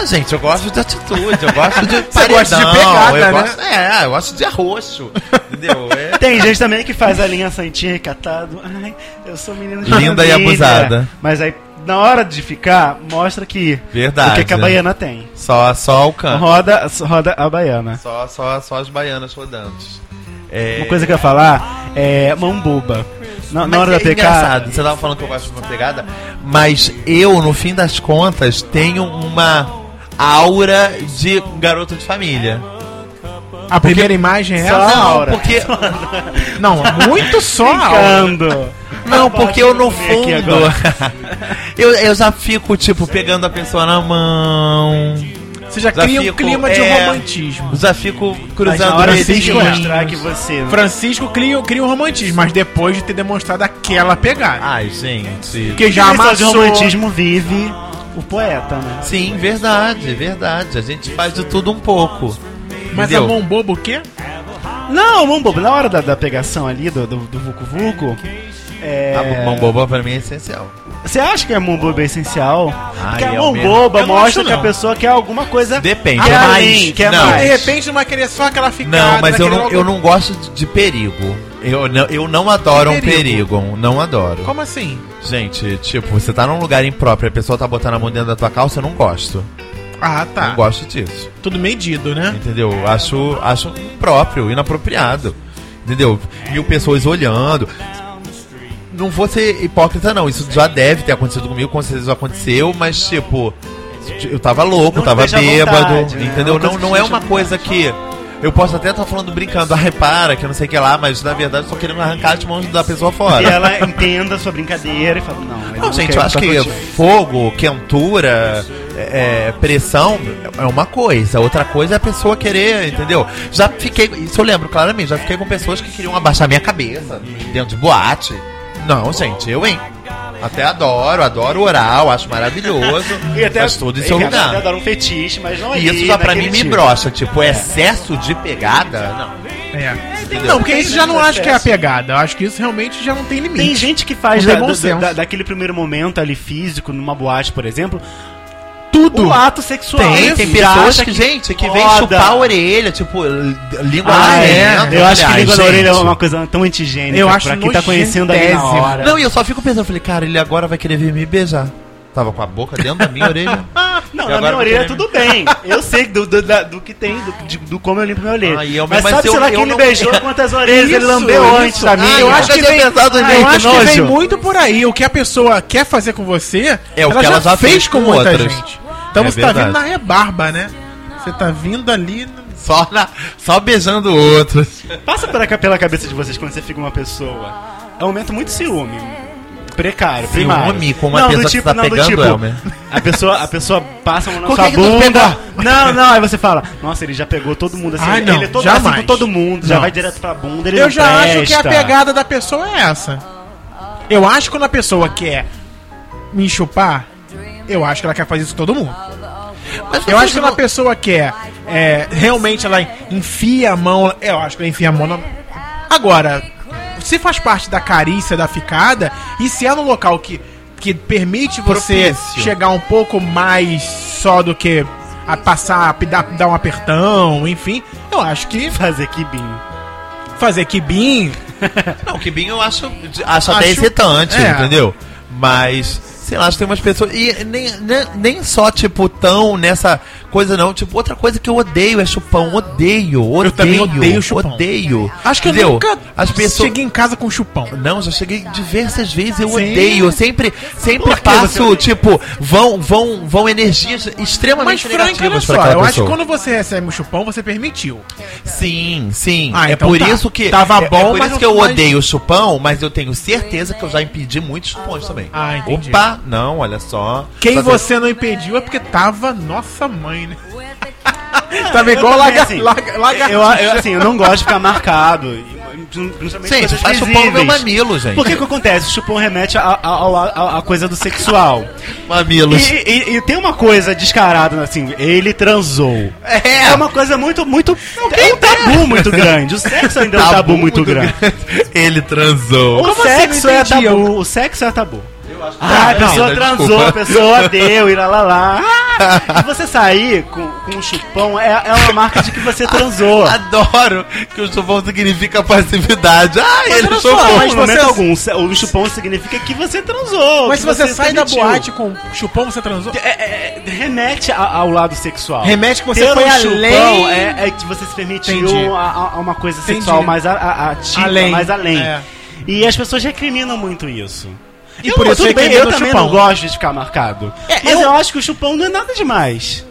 Speaker 2: Ah, Gente, eu gosto de atitude, eu gosto de
Speaker 1: Você gosta de pegada, né?
Speaker 2: eu gosto, É, eu gosto de arroxo, entendeu? É,
Speaker 3: Tem gente também que faz a linha santinha e catado. Ai, eu sou menino de
Speaker 2: Linda e
Speaker 3: família.
Speaker 2: abusada.
Speaker 3: Mas aí, na hora de ficar, mostra que...
Speaker 1: é
Speaker 2: Verdade. né? Tá.
Speaker 3: O que, que a baiana tem.
Speaker 2: só, só alcança.
Speaker 3: Roda, roda a baiana.
Speaker 2: Só, só, só as baianas rodantes. É,
Speaker 3: Uma coisa que eu ia falar é mão boba. Na, na
Speaker 2: mas é
Speaker 3: hora da pecada...
Speaker 2: engraçado, Você tava falando que eu gosto de uma pegada, mas eu, no fim das contas, tenho uma aura de garoto de família.
Speaker 1: A primeira imagem é essa?
Speaker 3: Só-
Speaker 2: não,
Speaker 3: aura.
Speaker 2: porque.
Speaker 1: Não, muito só a aula.
Speaker 3: Brincando.
Speaker 2: Não, porque eu no
Speaker 3: Vem aqui
Speaker 2: fundo. eu, eu já fico, tipo, pegando a pessoa na mão.
Speaker 1: Você já
Speaker 2: Já
Speaker 1: cria um
Speaker 2: fico,
Speaker 1: clima de
Speaker 2: é,
Speaker 1: romantismo.
Speaker 2: Já fico
Speaker 3: Mas na
Speaker 2: cruzando
Speaker 3: hora
Speaker 2: os
Speaker 3: de se
Speaker 1: Francisco,
Speaker 2: dedinhos.
Speaker 3: mostrar que você...
Speaker 1: Francisco cria, cria um romantismo, mas depois de ter demonstrado aquela pegada.
Speaker 2: Ai, gente.
Speaker 1: Porque já
Speaker 3: Só de
Speaker 1: amassou.
Speaker 3: romantismo vive o poeta, né?
Speaker 2: Sim, verdade, verdade. A gente faz de tudo um pouco.
Speaker 1: Mas a
Speaker 2: entendeu?
Speaker 1: mão boba o quê?
Speaker 3: Não, mão boba. Na hora da, da pegação ali, do, do, do Vucu Vucu,
Speaker 2: A
Speaker 3: é...
Speaker 2: mão boba pra mim é essencial.
Speaker 3: Você acha que a mão boba é essencial? Porque a
Speaker 2: eu
Speaker 3: mão
Speaker 2: é mesmo.
Speaker 3: boba
Speaker 1: Eu não
Speaker 3: mostra
Speaker 1: acho,
Speaker 3: que a
Speaker 1: não.
Speaker 3: pessoa quer alguma coisa...
Speaker 2: Depende,
Speaker 3: quer
Speaker 1: Ah,
Speaker 2: mas-
Speaker 3: além, quer
Speaker 2: não.
Speaker 1: é De
Speaker 3: mais.
Speaker 1: repente não vai querer só aquela ficada.
Speaker 2: Não, mas eu
Speaker 1: aquele
Speaker 2: não,
Speaker 1: algo-
Speaker 2: eu não gosto de, de perigo. Eu não, eu não adoro um
Speaker 1: Perigo.
Speaker 2: perigo. Não adoro.
Speaker 1: Como assim?
Speaker 2: Gente, tipo, você tá num lugar impróprio, a pessoa tá botando a mão dentro da tua calça, eu não gosto.
Speaker 1: Ah, tá.
Speaker 2: Não gosto disso.
Speaker 1: Tudo medido, né?
Speaker 2: Entendeu? Eu Acho, acho impróprio, inapropriado. Entendeu? Mil pessoas olhando. Não vou ser hipócrita, não. Isso já deve ter acontecido comigo, com certeza já aconteceu, mas tipo, eu tava louco,
Speaker 3: Não
Speaker 2: eu tava
Speaker 3: te deixa à
Speaker 2: bêbado.
Speaker 3: vontade, né? É
Speaker 2: Entendeu?
Speaker 3: uma coisa
Speaker 2: Não,
Speaker 3: que
Speaker 2: não
Speaker 3: te
Speaker 2: é
Speaker 3: deixa
Speaker 2: uma
Speaker 3: à
Speaker 2: coisa que. Eu posso até estar falando brincando, ah, repara, que não sei o que lá, mas na verdade eu tô querendo arrancar as mãos da pessoa fora.
Speaker 3: E ela entenda a sua brincadeira e fala, não... eu
Speaker 2: Não, gente,
Speaker 3: quero
Speaker 2: eu acho
Speaker 3: ficar
Speaker 2: que
Speaker 3: contigo.
Speaker 2: fogo, quentura, é, é, pressão é uma coisa. Outra coisa é a pessoa querer, entendeu? Já fiquei, isso eu lembro claramente, já fiquei com pessoas que queriam abaixar minha cabeça dentro de boate. Não, gente, eu, hein? Até adoro, adoro oral, acho maravilhoso.
Speaker 3: E até
Speaker 2: mas tudo em seu
Speaker 3: e até
Speaker 2: lugar.
Speaker 3: dar um fetiche, mas não é
Speaker 2: E isso já pra mim
Speaker 3: naquele
Speaker 2: me
Speaker 3: tipo.
Speaker 2: brocha. Tipo, excesso de pegada? Não.
Speaker 1: É.
Speaker 2: entendeu?
Speaker 1: Não, porque isso já não
Speaker 3: Tem
Speaker 1: acho que é a
Speaker 3: acesso.
Speaker 1: pegada. Eu acho que isso realmente já não tem limite.
Speaker 3: Tem gente que faz
Speaker 1: Não
Speaker 3: da,
Speaker 1: tem bom
Speaker 3: da-
Speaker 1: senso.
Speaker 3: da- daquele primeiro momento ali físico, numa boate, por exemplo, tudo o ato sexual.
Speaker 2: Tem, tem
Speaker 3: Já
Speaker 2: pessoas
Speaker 3: acha
Speaker 2: que, gente, que vem
Speaker 3: roda.
Speaker 2: chupar a orelha, tipo, l- língua
Speaker 3: Ah,
Speaker 2: lá
Speaker 3: é.
Speaker 2: dentro.
Speaker 3: Eu acho que
Speaker 2: Aliás,
Speaker 3: língua na orelha é
Speaker 2: gente.
Speaker 3: uma coisa tão antigênica.
Speaker 1: Eu acho
Speaker 3: pra quem tá conhecendo ali na
Speaker 1: nojentésimo.
Speaker 3: hora.
Speaker 2: Não, e eu só fico pensando, eu falei, cara, ele agora vai querer vir me beijar. Tava com a boca dentro da minha orelha.
Speaker 3: Não,
Speaker 2: E
Speaker 3: na
Speaker 2: agora
Speaker 3: minha
Speaker 2: eu
Speaker 3: orelha
Speaker 2: vou
Speaker 3: tudo bem. Eu sei do, do, da- do que tem, do, de- do como eu limpo minha orelha.
Speaker 2: Ah,
Speaker 1: é
Speaker 2: e eu-
Speaker 3: mas,
Speaker 2: mas
Speaker 3: sabe,
Speaker 2: eu-
Speaker 3: sei lá,
Speaker 2: eu
Speaker 3: quem me
Speaker 2: não-
Speaker 3: beijou quantas orelhas ele
Speaker 1: Isso,
Speaker 3: lambeu
Speaker 1: isso.
Speaker 3: antes da
Speaker 1: Ah,
Speaker 3: minha?
Speaker 1: eu acho que
Speaker 2: tinha
Speaker 1: vem-
Speaker 2: pensado
Speaker 1: Ah, eu
Speaker 2: nisso,
Speaker 1: acho que vem
Speaker 2: nojo.
Speaker 1: muito por aí. O que a pessoa quer fazer com você,
Speaker 2: É, o que ela já fez com
Speaker 1: muita
Speaker 2: outras.
Speaker 1: Então
Speaker 2: É
Speaker 1: você tá
Speaker 2: verdade.
Speaker 1: vindo na rebarba, né? Você tá vindo ali. no-
Speaker 2: Só, na, só beijando outros.
Speaker 3: Passa pela, pela cabeça de vocês quando você fica com uma pessoa. É um momento muito ciúme. Precário,
Speaker 2: Ciúme
Speaker 3: primário.
Speaker 2: com uma pessoa que você tá
Speaker 3: do tipo,
Speaker 2: pegando, Elmer?
Speaker 3: A pessoa, a pessoa passa a mão na
Speaker 2: Por que
Speaker 3: sua
Speaker 2: que tu
Speaker 3: bunda.
Speaker 2: pegou?
Speaker 3: Não, não, aí você fala, nossa, ele já pegou todo mundo assim.
Speaker 1: Ai,
Speaker 3: ele-
Speaker 1: não,
Speaker 3: ele é todo
Speaker 1: jamais.
Speaker 3: assim com todo mundo, já
Speaker 1: Não.
Speaker 3: vai direto pra bunda, ele
Speaker 1: Eu
Speaker 3: não
Speaker 1: já acho que é a
Speaker 3: presta.
Speaker 1: pegada da pessoa é essa. Eu acho que quando a pessoa quer me chupar, eu acho que ela quer fazer isso com todo mundo.
Speaker 2: Mas
Speaker 1: Eu acho que
Speaker 2: vocês
Speaker 1: quando a pessoa quer é, realmente ela enfia a mão. Eu acho que ela enfia a mão na. Agora, se faz parte da carícia da ficada, e se é no local que, que permite você
Speaker 2: Propício.
Speaker 1: chegar um pouco mais só do que a passar, a dar, dar um apertão, enfim, eu acho que
Speaker 3: Fazer quibinho.
Speaker 1: fazer kibim
Speaker 2: Não, que bem eu acho, acho até
Speaker 1: Acho-
Speaker 2: excitante,
Speaker 1: é.
Speaker 2: entendeu? Mas, sei lá, acho que tem umas pessoas. E nem, nem, nem só, tipo, tão nessa coisa, não. Tipo, outra coisa que eu odeio é chupão. Odeio, odeio.
Speaker 1: também odeio chupão.
Speaker 2: Odeio.
Speaker 1: Acho que eu
Speaker 2: entendeu?
Speaker 1: nunca
Speaker 2: As pessoas.
Speaker 1: cheguei em casa com chupão.
Speaker 2: Não, já cheguei diversas vezes, eu
Speaker 1: Sim.
Speaker 2: odeio. Eu sempre, sempre
Speaker 3: Por que você
Speaker 2: passo,
Speaker 3: odeia?
Speaker 2: tipo, vão, vão, vão energias extremamente
Speaker 1: Mas, Frank, olha
Speaker 2: negativas pra
Speaker 1: só, eu
Speaker 2: aquela
Speaker 1: acho que
Speaker 2: pessoa.
Speaker 1: quando você recebe o chupão, você permitiu.
Speaker 2: Sim, sim.
Speaker 1: Ah,
Speaker 2: é
Speaker 1: então
Speaker 2: por
Speaker 1: tá.
Speaker 2: isso que.
Speaker 1: Tava
Speaker 2: é- é,
Speaker 1: bom,
Speaker 2: por
Speaker 1: mas
Speaker 2: isso
Speaker 1: não-
Speaker 2: que eu
Speaker 1: mas-
Speaker 2: odeio o chupão, mas eu tenho certeza que eu já impedi muitos chupões também.
Speaker 1: Ah, entendi.
Speaker 2: Opa, não, olha só.
Speaker 1: Quem
Speaker 2: Só que-
Speaker 1: você não impediu é porque tava nossa mãe, né? tava
Speaker 3: Eu
Speaker 1: igual
Speaker 3: também,
Speaker 1: laga,
Speaker 3: assim,
Speaker 1: laga, lagartixa.
Speaker 3: Eu, eu, assim, eu não gosto de ficar marcado. e- Principalmente
Speaker 2: Gente,
Speaker 3: coisas
Speaker 2: tá chupando meu
Speaker 3: visíveis.
Speaker 2: mamilo, gente.
Speaker 3: Por que que acontece? O chupão remete à a, coisa do sexual. E,
Speaker 2: Mamilos.
Speaker 3: e- e tem uma coisa descarada, assim, ele transou.
Speaker 2: É.
Speaker 3: É uma coisa muito, muito. É um tabu muito grande. O sexo ainda é um tabu, muito, grande.
Speaker 2: Ele transou.
Speaker 3: O
Speaker 1: Como assim?
Speaker 3: sexo
Speaker 1: Não
Speaker 3: é
Speaker 1: entendi,
Speaker 3: tabu. O sexo é tabu.
Speaker 2: tá
Speaker 3: Ah, a
Speaker 2: errado.
Speaker 3: pessoa
Speaker 2: Não,
Speaker 3: transou,
Speaker 2: desculpa.
Speaker 3: a pessoa deu, e lá lá lá. Ah, e você sair com, com um chupão é, é uma marca de que você transou.
Speaker 2: Adoro que o chupão significa passividade. Ah, ele
Speaker 1: olha só,
Speaker 2: chupou.
Speaker 1: mas
Speaker 3: Mas momento
Speaker 1: você-
Speaker 3: algum, se- o chupão significa que você transou.
Speaker 1: Mas se
Speaker 3: que
Speaker 1: você, sai da
Speaker 3: permitiu.
Speaker 1: boate com chupão, você transou?
Speaker 3: É, é, é, remete a- ao lado sexual.
Speaker 1: Remete que você
Speaker 3: Ter
Speaker 1: foi
Speaker 3: um
Speaker 1: além.
Speaker 3: É, é que você se
Speaker 1: Entendi.
Speaker 3: permitiu a, a- a uma coisa
Speaker 1: Entendi.
Speaker 3: sexual mais a, a, ativa,
Speaker 1: Além.
Speaker 3: mais além.
Speaker 1: É.
Speaker 3: E as pessoas recriminam muito isso.
Speaker 1: E por isso
Speaker 3: tudo bem,
Speaker 1: recrimina
Speaker 3: eu
Speaker 1: o
Speaker 3: também
Speaker 1: chupão.
Speaker 3: não gosto de ficar marcado.
Speaker 2: É,
Speaker 3: mas
Speaker 2: eu-
Speaker 3: eu... acho que o chupão não é nada demais.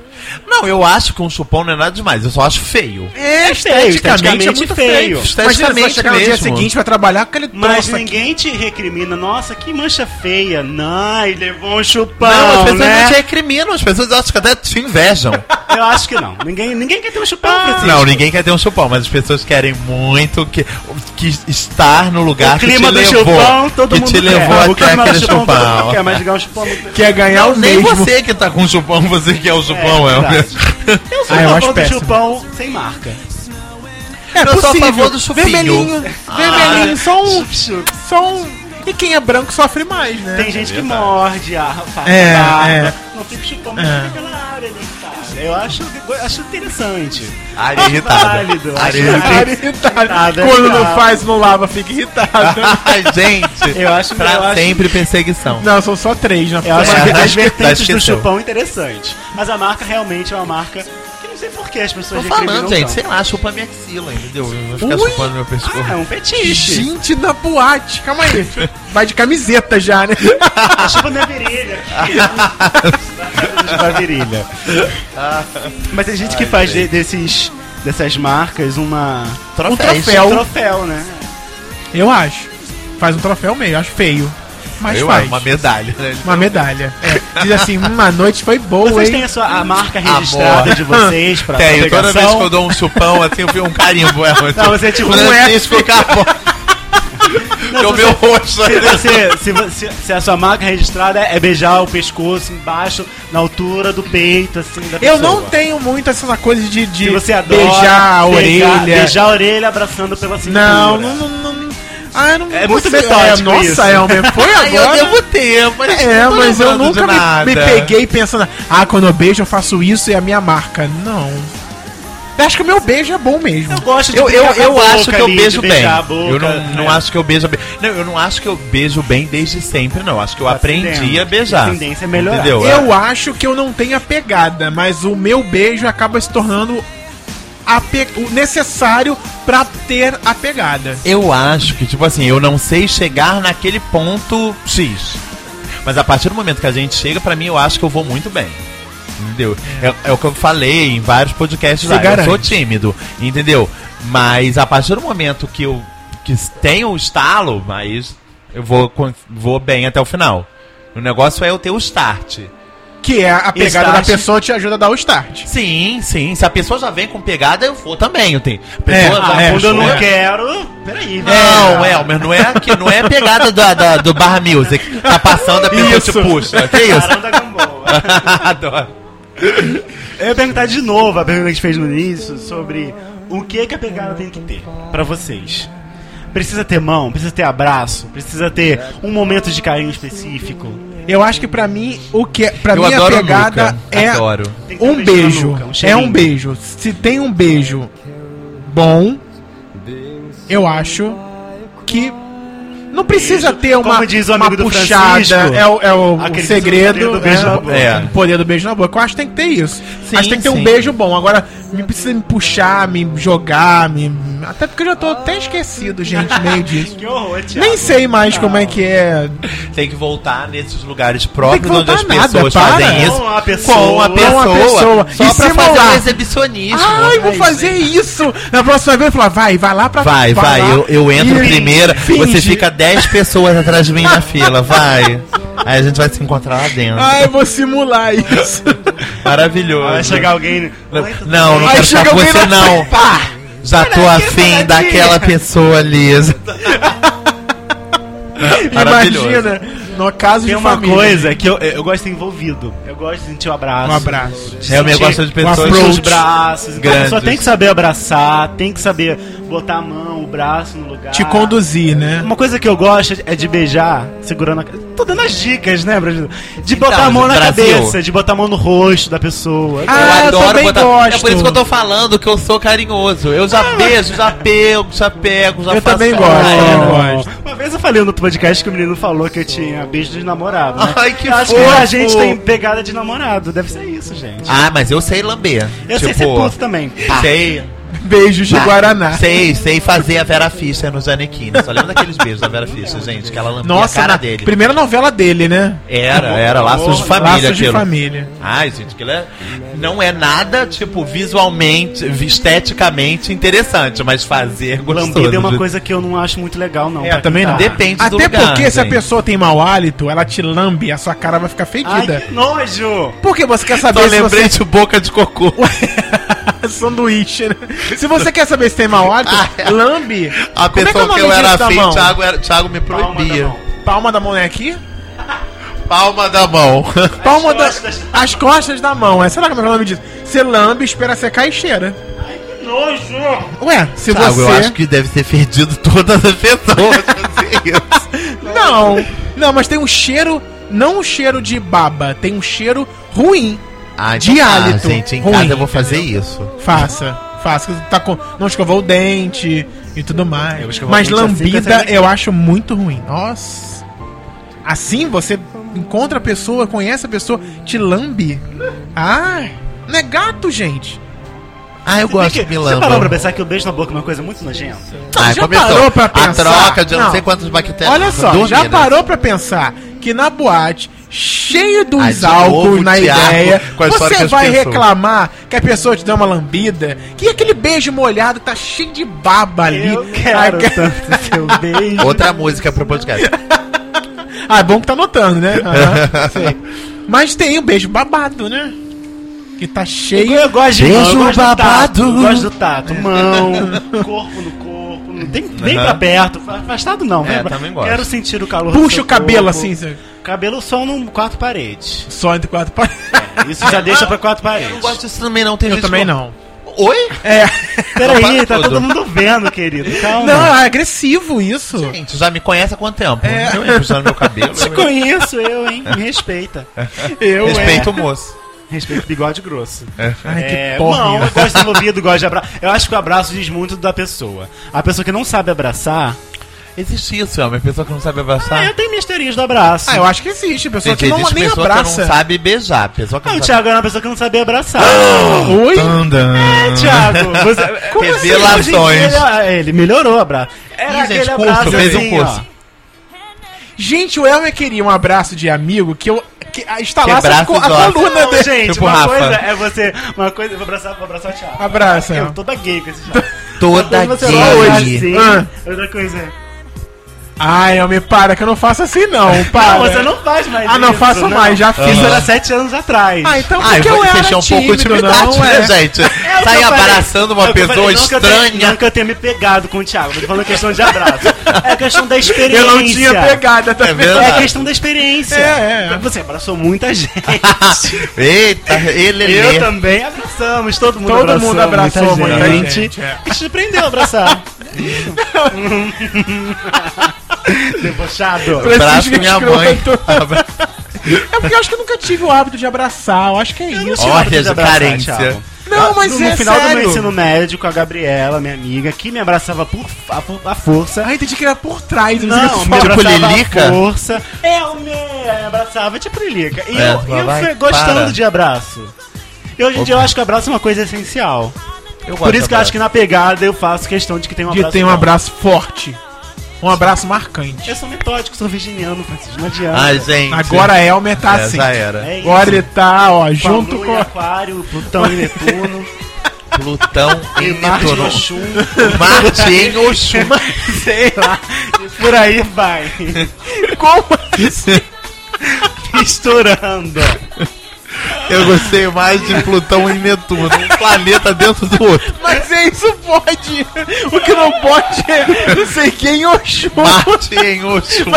Speaker 2: Não, eu acho que um chupão não é nada demais. Eu só acho feio.
Speaker 1: É,
Speaker 3: esteticamente feio.
Speaker 1: Esteticamente Imagina
Speaker 2: Esteticamente
Speaker 1: só chegar no dia
Speaker 2: mesmo.
Speaker 1: seguinte pra trabalhar com aquele
Speaker 3: Mas
Speaker 1: troço aqui.
Speaker 3: ninguém te recrimina. Nossa, que mancha feia. Não, ele levou um chupão,
Speaker 2: Não, as pessoas
Speaker 3: né?
Speaker 2: não te recriminam, as pessoas acham que até te invejam.
Speaker 3: Eu acho que não. Ninguém, ninguém quer ter um chupão, Francisco.
Speaker 2: Ah, Não, ninguém quer ter um chupão, mas as pessoas querem muito que, que estar no lugar
Speaker 3: O clima
Speaker 2: que
Speaker 3: do
Speaker 2: te levou,
Speaker 3: chupão, todo
Speaker 2: que
Speaker 3: mundo
Speaker 2: te
Speaker 3: quer.
Speaker 2: levou
Speaker 3: o
Speaker 2: até
Speaker 3: clima do
Speaker 2: aquele
Speaker 3: chupão, todo mundo
Speaker 2: chupão. Ah,
Speaker 3: quer, mas ganhar um chupão muito
Speaker 1: Quer ganhar o
Speaker 2: Nem
Speaker 1: mesmo.
Speaker 2: você que tá com chupão, você que é o chupão, é.
Speaker 3: É
Speaker 2: o
Speaker 3: verdade.
Speaker 2: mesmo.
Speaker 3: Eu sou
Speaker 1: Ah, eu
Speaker 3: a
Speaker 1: acho
Speaker 3: favor do
Speaker 1: péssimo.
Speaker 3: chupão sem marca.
Speaker 1: É
Speaker 2: Eu sou a
Speaker 1: possível.
Speaker 2: favor do chupinho.
Speaker 1: Vermelhinho.
Speaker 2: Ah.
Speaker 1: Vermelhinho. Só um... Só um... E quem é branco sofre mais, né?
Speaker 2: é
Speaker 3: Tem gente que morde a faz
Speaker 1: É,
Speaker 3: a barba.
Speaker 1: é.
Speaker 3: Não fica chupão, mas
Speaker 1: É.
Speaker 3: fica aquela área ali, cara. Eu acho, eu acho interessante.
Speaker 2: Área irritada.
Speaker 3: Válido.
Speaker 2: Área
Speaker 3: Acho
Speaker 2: irritada.
Speaker 1: Cara irritado. é
Speaker 3: Irritado,
Speaker 1: Quando não
Speaker 3: irritado.
Speaker 1: faz, não lava, fica irritado.
Speaker 2: Ai, gente.
Speaker 3: Eu acho-
Speaker 2: pra
Speaker 3: eu acho-
Speaker 2: sempre perseguição.
Speaker 1: não, são só três né? na
Speaker 3: Eu acho
Speaker 2: É,
Speaker 3: que
Speaker 2: acho
Speaker 3: as
Speaker 2: que-
Speaker 3: vertentes
Speaker 2: acho que
Speaker 3: do
Speaker 2: sim.
Speaker 3: chupão interessante. Mas a marca realmente é uma marca que não sei por que as
Speaker 2: Tô
Speaker 3: pessoas
Speaker 2: falando,
Speaker 3: recriminam
Speaker 2: gente,
Speaker 3: tanto.
Speaker 2: sei lá, chupa minha axila, entendeu? Eu vou ficar
Speaker 1: Ui.
Speaker 2: chupando meu pescoço.
Speaker 3: Ah, é um fetiche.
Speaker 1: Gente na boate. Calma aí. Vai de camiseta já, né?
Speaker 3: Chupa minha virilha. Chupa a virilha. Mas tem gente que faz de- desses, dessas marcas uma.
Speaker 2: Troféu.
Speaker 1: Um
Speaker 3: Um
Speaker 1: troféu.
Speaker 3: troféu, né?
Speaker 1: Eu acho. Faz um troféu meio. Acho feio. Mas
Speaker 2: Eu, é
Speaker 1: faz.
Speaker 2: uma medalha, né?
Speaker 1: Uma medalha. É. Diz assim, hum, a noite foi boa,
Speaker 3: Vocês
Speaker 1: hein?
Speaker 3: têm a, sua, a marca registrada
Speaker 2: Amor.
Speaker 3: de vocês pra
Speaker 2: Tenho,
Speaker 3: pra
Speaker 2: toda vez
Speaker 3: pegação?
Speaker 2: que eu dou um chupão, assim, eu vi um carimbo. É,
Speaker 3: Não, você é tipo um
Speaker 2: Francisco Capone. Que é o meu rosto.
Speaker 3: Se,
Speaker 2: né?
Speaker 3: você- se você- se a sua marca registrada é beijar o pescoço embaixo, na altura do peito, assim, da
Speaker 1: Eu
Speaker 3: pessoa.
Speaker 1: não tenho muito essa coisa de, de
Speaker 3: Se você adora
Speaker 1: beijar a orelha.
Speaker 3: Beijar a orelha abraçando pela cintura.
Speaker 1: Não, não, não, não, não. Ah, eu não.
Speaker 3: É muito
Speaker 1: sei.
Speaker 3: metódico
Speaker 1: nossa,
Speaker 3: isso.
Speaker 1: Elmer, foi
Speaker 2: Ai, eu
Speaker 1: agora.
Speaker 2: devo ter, mas
Speaker 1: É,
Speaker 2: não tô
Speaker 1: mas eu
Speaker 2: lembrando de
Speaker 1: nunca me,
Speaker 2: nada.
Speaker 1: me peguei pensando, ah, quando eu beijo eu faço isso e é a minha marca. Não. Eu acho que o meu beijo é bom mesmo.
Speaker 3: Eu gosto de
Speaker 2: Eu, eu,
Speaker 3: brincar Tipo, com a
Speaker 2: eu
Speaker 3: boca
Speaker 2: acho que eu
Speaker 3: ali, de
Speaker 2: beijo bem.
Speaker 3: beijar a boca,
Speaker 2: eu não, não
Speaker 3: né?
Speaker 2: acho que eu beijo bem. Não, eu não acho que eu beijo bem desde sempre, não. Acho que eu
Speaker 3: Tá
Speaker 2: aprendi
Speaker 3: aprendendo.
Speaker 2: a beijar.
Speaker 3: A tendência é melhorar.
Speaker 2: Entendeu?
Speaker 1: Eu acho que eu não tenho a pegada, mas o meu beijo acaba se tornando a pe- o necessário pra ter a pegada.
Speaker 2: Eu acho que, tipo assim, eu não sei chegar naquele ponto X. Mas a partir do momento que a gente chega, pra mim, eu acho que eu vou muito bem. Entendeu? É, é o que eu falei em vários podcasts
Speaker 1: Se
Speaker 2: lá. Eu sou
Speaker 1: garante.
Speaker 2: tímido, entendeu? Mas a partir do momento que eu que tenho o estalo, mas eu vou, con- vou bem até o final. O negócio é eu ter o start.
Speaker 1: Que é a pegada
Speaker 3: Start.
Speaker 1: da pessoa te ajuda a dar o start.
Speaker 2: Sim, sim. Se a pessoa já vem com pegada, eu vou também. Eu tenho. A
Speaker 1: É,
Speaker 2: pessoa
Speaker 1: ah, é,
Speaker 3: Quando
Speaker 2: puxou.
Speaker 3: eu não quero. Peraí,
Speaker 2: Não, é, mas não é aqui, não é a pegada da, da- do Bar Music. Tá passando a pessoa
Speaker 1: Isso.
Speaker 2: te puxa. Que isso?
Speaker 3: Caramba, Gamboa.
Speaker 2: Adoro.
Speaker 3: Eu ia perguntar de novo a pergunta que a gente fez no início sobre o que, que a pegada tem que ter pra vocês. Precisa ter mão, precisa ter abraço, precisa ter um momento de carinho específico.
Speaker 1: Eu acho que pra mim o que é- pra
Speaker 2: Eu
Speaker 1: mim a
Speaker 2: adoro o
Speaker 1: pegada
Speaker 2: Luca.
Speaker 1: é
Speaker 2: Adoro.
Speaker 3: Tem que ter
Speaker 1: um beijo.
Speaker 3: na nuca, um
Speaker 1: é
Speaker 3: cheirinho.
Speaker 1: um beijo. Se tem um beijo bom, eu acho que não precisa
Speaker 3: Beijo,
Speaker 1: ter uma,
Speaker 3: como diz o
Speaker 1: uma
Speaker 3: amigo do
Speaker 1: puxada.
Speaker 3: Francisco,
Speaker 1: É o, é o
Speaker 3: aquele que diz o
Speaker 1: segredo.
Speaker 3: poder do beijo
Speaker 1: né?
Speaker 3: na boca.
Speaker 1: É, o poder do beijo na boca. Eu acho que tem que ter isso.
Speaker 2: Sim,
Speaker 1: acho que tem que ter
Speaker 2: sim.
Speaker 1: um beijo bom. Agora, me precisa me puxar, me jogar, me. Até porque eu já tô até esquecido, gente, meio disso.
Speaker 3: Que horror, Thiago.
Speaker 1: Nem sei mais como é que é.
Speaker 2: Tem que voltar nesses lugares
Speaker 1: Tem que
Speaker 2: próprios onde
Speaker 1: voltar
Speaker 2: as
Speaker 1: nada,
Speaker 2: pessoas
Speaker 1: para.
Speaker 2: fazem isso.
Speaker 3: Com a pessoa.
Speaker 2: Com a pessoa.
Speaker 1: Com a pessoa.
Speaker 2: Só
Speaker 1: E
Speaker 2: pra
Speaker 1: simular.
Speaker 2: fazer um exibicionismo.
Speaker 1: Ai, vou
Speaker 3: isso,
Speaker 1: fazer isso! Na próxima vez eu falar, vai, vai lá pra
Speaker 2: Vai, vai,
Speaker 1: lá.
Speaker 2: eu, eu entro
Speaker 1: E
Speaker 2: primeiro, você
Speaker 1: finge.
Speaker 2: fica 10 pessoas atrás de mim na fila, vai. Aí a gente vai se encontrar lá dentro.
Speaker 1: Ai, vou simular isso.
Speaker 2: Maravilhoso.
Speaker 3: Vai chegar alguém. Oi, tudo
Speaker 2: Não,
Speaker 3: bem?
Speaker 2: não quero ficar com
Speaker 1: alguém
Speaker 2: você,
Speaker 1: lá,
Speaker 2: não.
Speaker 1: pá!
Speaker 2: Já tô afim daquela pessoa lisa.
Speaker 1: Imagina, no caso
Speaker 3: Tem
Speaker 1: de
Speaker 3: uma
Speaker 1: família. né?
Speaker 2: né?
Speaker 3: coisa que eu, eu gosto de ser envolvido. Eu gosto de sentir o abraço.
Speaker 1: Um abraço.
Speaker 2: Eu me
Speaker 3: Sentir
Speaker 2: gosto de
Speaker 1: um
Speaker 2: pessoas.
Speaker 1: approach.
Speaker 3: os braços. Então a pessoa
Speaker 2: Grandes.
Speaker 3: tem que saber abraçar, tem que saber botar a mão, o braço no lugar.
Speaker 1: Te conduzir, né?
Speaker 3: Uma coisa que eu gosto é de beijar, segurando a. Tô dando as dicas, né, Brasil? De botar a mão na
Speaker 2: Então, Brasil.
Speaker 3: cabeça, de botar a mão no rosto da pessoa.
Speaker 1: Ah, eu também gosto. Ah.
Speaker 2: É por isso que eu tô falando que eu sou carinhoso. Eu já beijo, já pego, já pego, já
Speaker 1: Eu
Speaker 2: faço
Speaker 1: também
Speaker 2: carinho.
Speaker 1: gosto, né?
Speaker 2: Ah, é,
Speaker 1: eu
Speaker 2: não.
Speaker 1: gosto.
Speaker 3: Uma vez eu falei no outro podcast que o menino falou que eu tinha beijo de namorado. Né?
Speaker 2: Ai, que
Speaker 3: eu acho que
Speaker 2: fofo.
Speaker 3: a gente tem pegada de namorado, deve ser isso, gente.
Speaker 2: Ah, tipo, mas eu sei lamber.
Speaker 3: eu sei ser puto também.
Speaker 2: Sei.
Speaker 1: Beijos de Ah. Guaraná.
Speaker 2: Sei, sei fazer a Vera Fischer no Janequine. Só lembra daqueles beijos da Vera Fischer, gente, que ela lambia
Speaker 1: Nossa,
Speaker 2: a cara
Speaker 1: na-
Speaker 2: dele.
Speaker 1: primeira novela dele, né?
Speaker 2: Era, era Laços de Família
Speaker 1: Laços de
Speaker 2: aquilo.
Speaker 1: família.
Speaker 2: Ai, gente, aquilo é, não é nada, tipo, visualmente, esteticamente interessante, mas fazer gostoso.
Speaker 3: Lambida é uma coisa que eu não acho muito legal, não.
Speaker 2: É,
Speaker 3: pra
Speaker 1: Também
Speaker 3: quem
Speaker 1: não.
Speaker 3: tá.
Speaker 2: Depende do
Speaker 1: Até
Speaker 2: lugar,
Speaker 1: porque se a
Speaker 2: gente.
Speaker 1: pessoa tem mau hálito, ela te lambe, a sua cara vai ficar fedida.
Speaker 3: Ai, que nojo!
Speaker 1: Porque você quer
Speaker 2: Só
Speaker 1: saber se
Speaker 2: lembrei
Speaker 1: você...
Speaker 2: de boca de cocô.
Speaker 1: Sanduíche, né? Se você quer saber se tem mau hálito,
Speaker 2: Ah, é.
Speaker 1: lambe.
Speaker 2: A
Speaker 1: Como é que é o
Speaker 2: pessoa que
Speaker 1: nome
Speaker 2: eu era
Speaker 1: disso da
Speaker 2: afim,
Speaker 1: mão?
Speaker 2: Thiago, era- Thiago me
Speaker 3: Palma da
Speaker 2: proibia.
Speaker 3: mão.
Speaker 1: Palma da mão é aqui?
Speaker 2: Palma da mão.
Speaker 1: Palma da...
Speaker 3: costas.
Speaker 1: As costas da mão. É, será que é o nome disso? Você lambe, espera secar e cheira.
Speaker 3: Que nojo!
Speaker 1: Ué, se
Speaker 2: Thiago,
Speaker 1: você...
Speaker 2: eu acho que deve ser fedido todas as pessoas. fazer isso.
Speaker 1: Não, não, mas tem um cheiro, não um cheiro de baba, tem um cheiro ruim.
Speaker 2: Ah,
Speaker 1: De
Speaker 2: tá,
Speaker 1: hálito.
Speaker 2: gente, em
Speaker 1: Ruim,
Speaker 2: casa eu vou fazer isso.
Speaker 1: Faça, faça. Tá com, não escovou o dente e tudo
Speaker 3: Eu
Speaker 1: mais.
Speaker 3: escovo
Speaker 1: Mas
Speaker 3: o dente assim,
Speaker 1: lambida
Speaker 3: consegue ver.
Speaker 1: eu acho muito ruim. Nossa. Assim você encontra a pessoa, conhece a pessoa, te lambe. Ah, não é gato, gente.
Speaker 2: Ah, eu gosto de me
Speaker 3: Você parou pra
Speaker 2: lambam.
Speaker 3: pensar que o beijo na boca é uma coisa muito nojenta?
Speaker 2: Ah,
Speaker 1: já parou pra
Speaker 2: A
Speaker 1: pensar?
Speaker 2: troca de eu não,
Speaker 1: Não.
Speaker 2: sei quantas bactérias.
Speaker 1: Olha só, já
Speaker 2: dormidas.
Speaker 1: parou pra pensar que na boate, cheio
Speaker 2: Ah,
Speaker 1: dos
Speaker 2: de novo
Speaker 1: álcool
Speaker 2: o
Speaker 1: na
Speaker 2: Thiago
Speaker 1: ideia,
Speaker 2: com a história
Speaker 1: você
Speaker 2: que as
Speaker 1: vai
Speaker 2: pessoas.
Speaker 1: reclamar que a pessoa te deu uma lambida, que aquele beijo molhado tá cheio de baba ali.
Speaker 3: Eu quero tanto seu beijo.
Speaker 2: Outra música pro podcast.
Speaker 1: Ah, é bom que tá notando, né? Aham, sei. Mas tem um beijo babado, né? Que tá
Speaker 3: Eu,
Speaker 1: cheio.
Speaker 3: gosto de mão, eu
Speaker 1: um
Speaker 2: Beijo
Speaker 3: gosto do
Speaker 2: babado.
Speaker 3: tato, eu gosto do tato, mão, corpo no corpo, não tem vem
Speaker 2: Aham.
Speaker 3: pra perto, afastado não,
Speaker 2: É,
Speaker 3: vem pra-
Speaker 2: também gosto.
Speaker 3: Quero sentir o calor. do
Speaker 1: Puxa
Speaker 3: seu
Speaker 1: o cabelo
Speaker 3: corpo.
Speaker 1: assim, sabe?
Speaker 3: Cabelo só num quatro paredes.
Speaker 1: só entre quatro pa-
Speaker 3: Isso já deixa pra quatro paredes.
Speaker 2: Eu não gosto disso também, não. Tem
Speaker 1: Eu
Speaker 2: gente
Speaker 1: também
Speaker 2: que-
Speaker 1: não.
Speaker 2: Oi?
Speaker 1: É.
Speaker 3: Peraí,
Speaker 2: Opa,
Speaker 3: tá
Speaker 2: tudo.
Speaker 3: todo mundo vendo, querido. Calma.
Speaker 1: Não, é agressivo isso.
Speaker 2: Gente, já me conhece há quanto tempo?
Speaker 1: É.
Speaker 2: Eu ia puxando meu cabelo.
Speaker 3: Te conheço eu, hein? Me respeita.
Speaker 1: Eu, é.
Speaker 2: Respeito o moço.
Speaker 3: é, Respeito bigode grosso.
Speaker 1: Ai, que
Speaker 3: É,
Speaker 1: porra.
Speaker 3: não, eu gosto de envolvido, gosto de abraço. Eu acho que o abraço diz muito da pessoa. A pessoa que não sabe abraçar.
Speaker 2: Existe isso, homem. Pessoa que não sabe
Speaker 1: Tá.
Speaker 3: Ah,
Speaker 2: abraçar.
Speaker 3: eu tenho minhas teorias do abraço.
Speaker 1: Ah, eu acho que existe. Pessoa que não,
Speaker 2: existe
Speaker 1: nem
Speaker 2: pessoa que
Speaker 1: abraça.
Speaker 2: não sabe beijar. Pessoa que
Speaker 3: Ah,
Speaker 2: não
Speaker 3: o
Speaker 2: sabe...
Speaker 3: Thiago era uma pessoa que não sabia abraçar.
Speaker 1: Oi?
Speaker 3: É, Thiago, você.
Speaker 2: Como
Speaker 3: assim?
Speaker 2: Revelações.
Speaker 3: Hoje em dia Ele, ele melhorou o abraço.
Speaker 2: Ih,
Speaker 3: Era
Speaker 2: gente,
Speaker 3: aquele
Speaker 2: curso,
Speaker 3: abraço
Speaker 2: fez um
Speaker 3: assim,
Speaker 2: curso.
Speaker 3: ó.
Speaker 1: Gente, o Elmer queria um abraço de amigo que eu que a- instalasse
Speaker 2: Quebrasse
Speaker 1: a, co- a
Speaker 2: os ossos.
Speaker 1: coluna
Speaker 3: Não,
Speaker 1: dele.
Speaker 3: gente,
Speaker 2: Tipo
Speaker 3: uma
Speaker 2: Rafa.
Speaker 3: coisa é você. Uma coisa. Vou abraçar, vou abraçar o
Speaker 1: Um
Speaker 3: Thiago.
Speaker 1: Abraça,
Speaker 3: Eu
Speaker 1: ó.
Speaker 3: toda gay com esse Thiago.
Speaker 2: Toda
Speaker 3: Quando você vai olhar
Speaker 2: gay.
Speaker 3: assim,
Speaker 1: Ah.
Speaker 3: Outra coisa é.
Speaker 1: Ai, Elmer, para que eu não faço assim não, para.
Speaker 3: Não, você não faz mais
Speaker 1: Ah, não
Speaker 3: isso,
Speaker 1: faço mais, já fiz.
Speaker 3: Isso era sete anos atrás.
Speaker 1: Ah, então
Speaker 2: Ah, eu
Speaker 1: porque
Speaker 2: vou
Speaker 1: eu era
Speaker 2: fechar um pouco de
Speaker 1: tímido,
Speaker 2: intimidade,
Speaker 1: não é?
Speaker 2: né, gente?
Speaker 3: É o que
Speaker 2: Sai
Speaker 3: eu falei.
Speaker 2: abraçando uma
Speaker 3: É o que eu
Speaker 2: pessoa
Speaker 3: falei, não que eu tenha-
Speaker 2: estranha.
Speaker 3: Não que eu tenha me pegado com o Thiago, eu tô falando questão de abraço. É questão da experiência.
Speaker 1: Eu não tinha pegada
Speaker 2: É
Speaker 1: também.
Speaker 2: verdade.
Speaker 3: É a questão da experiência.
Speaker 1: É, é, é.
Speaker 3: Você abraçou muita gente.
Speaker 2: Eita, ele
Speaker 3: Eu também abraçamos, todo mundo
Speaker 1: Todo
Speaker 3: abraçou.
Speaker 1: mundo abraçou muita gente, é.
Speaker 3: A gente aprendeu a abraçar. Debochado.
Speaker 2: Abraço
Speaker 1: Francisco
Speaker 2: minha mãe.
Speaker 1: escroto.
Speaker 2: Abra-
Speaker 1: É porque eu acho que eu nunca tive o hábito de abraçar, eu acho que é isso.
Speaker 3: tinha
Speaker 2: Olha,
Speaker 3: hábito de abraçar,
Speaker 2: carência.
Speaker 3: Thiago.
Speaker 1: Não, mas
Speaker 3: no,
Speaker 1: é
Speaker 3: no final do
Speaker 1: sério.
Speaker 3: meu ensino médio com a Gabriela, minha amiga, que me abraçava por a, força.
Speaker 1: Ah, entendi que era por trás. eu pensei que
Speaker 3: Não, me
Speaker 1: fala-
Speaker 2: tipo
Speaker 3: abraçava
Speaker 2: Lilica?
Speaker 3: à força. Eu me abraçava tipo Lilica. E
Speaker 2: É,
Speaker 3: eu,
Speaker 2: vai,
Speaker 3: eu
Speaker 2: vai,
Speaker 3: fui gostando
Speaker 2: para.
Speaker 3: de abraço. E hoje em dia eu acho que abraço é uma coisa essencial.
Speaker 2: Eu
Speaker 3: Por isso que eu acho que na pegada eu faço questão de que tem um abraço.
Speaker 1: de ter um
Speaker 3: bom.
Speaker 1: abraço forte. Um abraço marcante.
Speaker 3: Eu sou metódico, sou virginiano, Francisco, não adianta.
Speaker 2: Ai, gente.
Speaker 1: Agora Elmer tá
Speaker 2: Ah, É,
Speaker 1: assim.
Speaker 2: já era.
Speaker 3: É
Speaker 1: Agora ele tá, ó,
Speaker 3: Com a Lua
Speaker 1: junto
Speaker 3: e
Speaker 1: com. a-
Speaker 3: Aquário, Plutão e Netuno,
Speaker 2: Plutão
Speaker 3: e
Speaker 2: e
Speaker 3: Marte e
Speaker 2: Netuno.
Speaker 3: Oxum,
Speaker 2: Marte em Oxum.
Speaker 3: sei lá, e por aí vai. Misturando.
Speaker 2: Eu gostei mais de Plutão e Netuno. Um planeta dentro do outro.
Speaker 1: Mas é isso, pode! O que não pode é não sei quem Oxum.
Speaker 2: Marte em Oxum.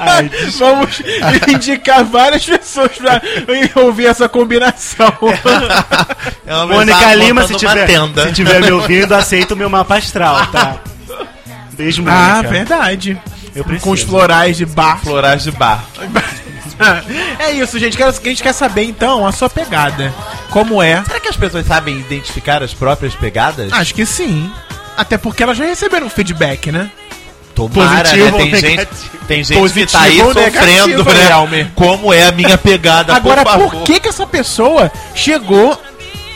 Speaker 3: Ai,
Speaker 1: Vamos indicar várias pessoas pra ouvir essa combinação.
Speaker 2: É uma
Speaker 3: Mônica
Speaker 2: mensagem
Speaker 3: Lima, se
Speaker 2: montando uma
Speaker 3: tiver,
Speaker 2: tenda.
Speaker 3: se tiver me ouvindo, aceita o meu mapa astral, tá? Beijo, Mônica.
Speaker 1: ah, verdade.
Speaker 3: Eu preciso.
Speaker 1: Com os florais de bar.
Speaker 2: Florais de bar.
Speaker 1: é isso, gente. Quero- A gente quer saber então a sua pegada. Como é?
Speaker 2: Será que as pessoas sabem identificar as próprias pegadas?
Speaker 3: Ah,
Speaker 1: Acho que sim. Até porque elas já receberam feedback, né?
Speaker 2: Tomara,
Speaker 3: positivo
Speaker 2: né? Tem
Speaker 3: ou
Speaker 2: gente,
Speaker 3: negativo?
Speaker 2: tem gente que
Speaker 1: Positivo
Speaker 2: tá aí
Speaker 1: ou
Speaker 2: sofrendo,
Speaker 1: negativo,
Speaker 2: né?
Speaker 1: Elmer?
Speaker 2: Como é a minha pegada,
Speaker 1: Agora,
Speaker 2: por
Speaker 1: por,
Speaker 2: favor.
Speaker 1: que que essa pessoa chegou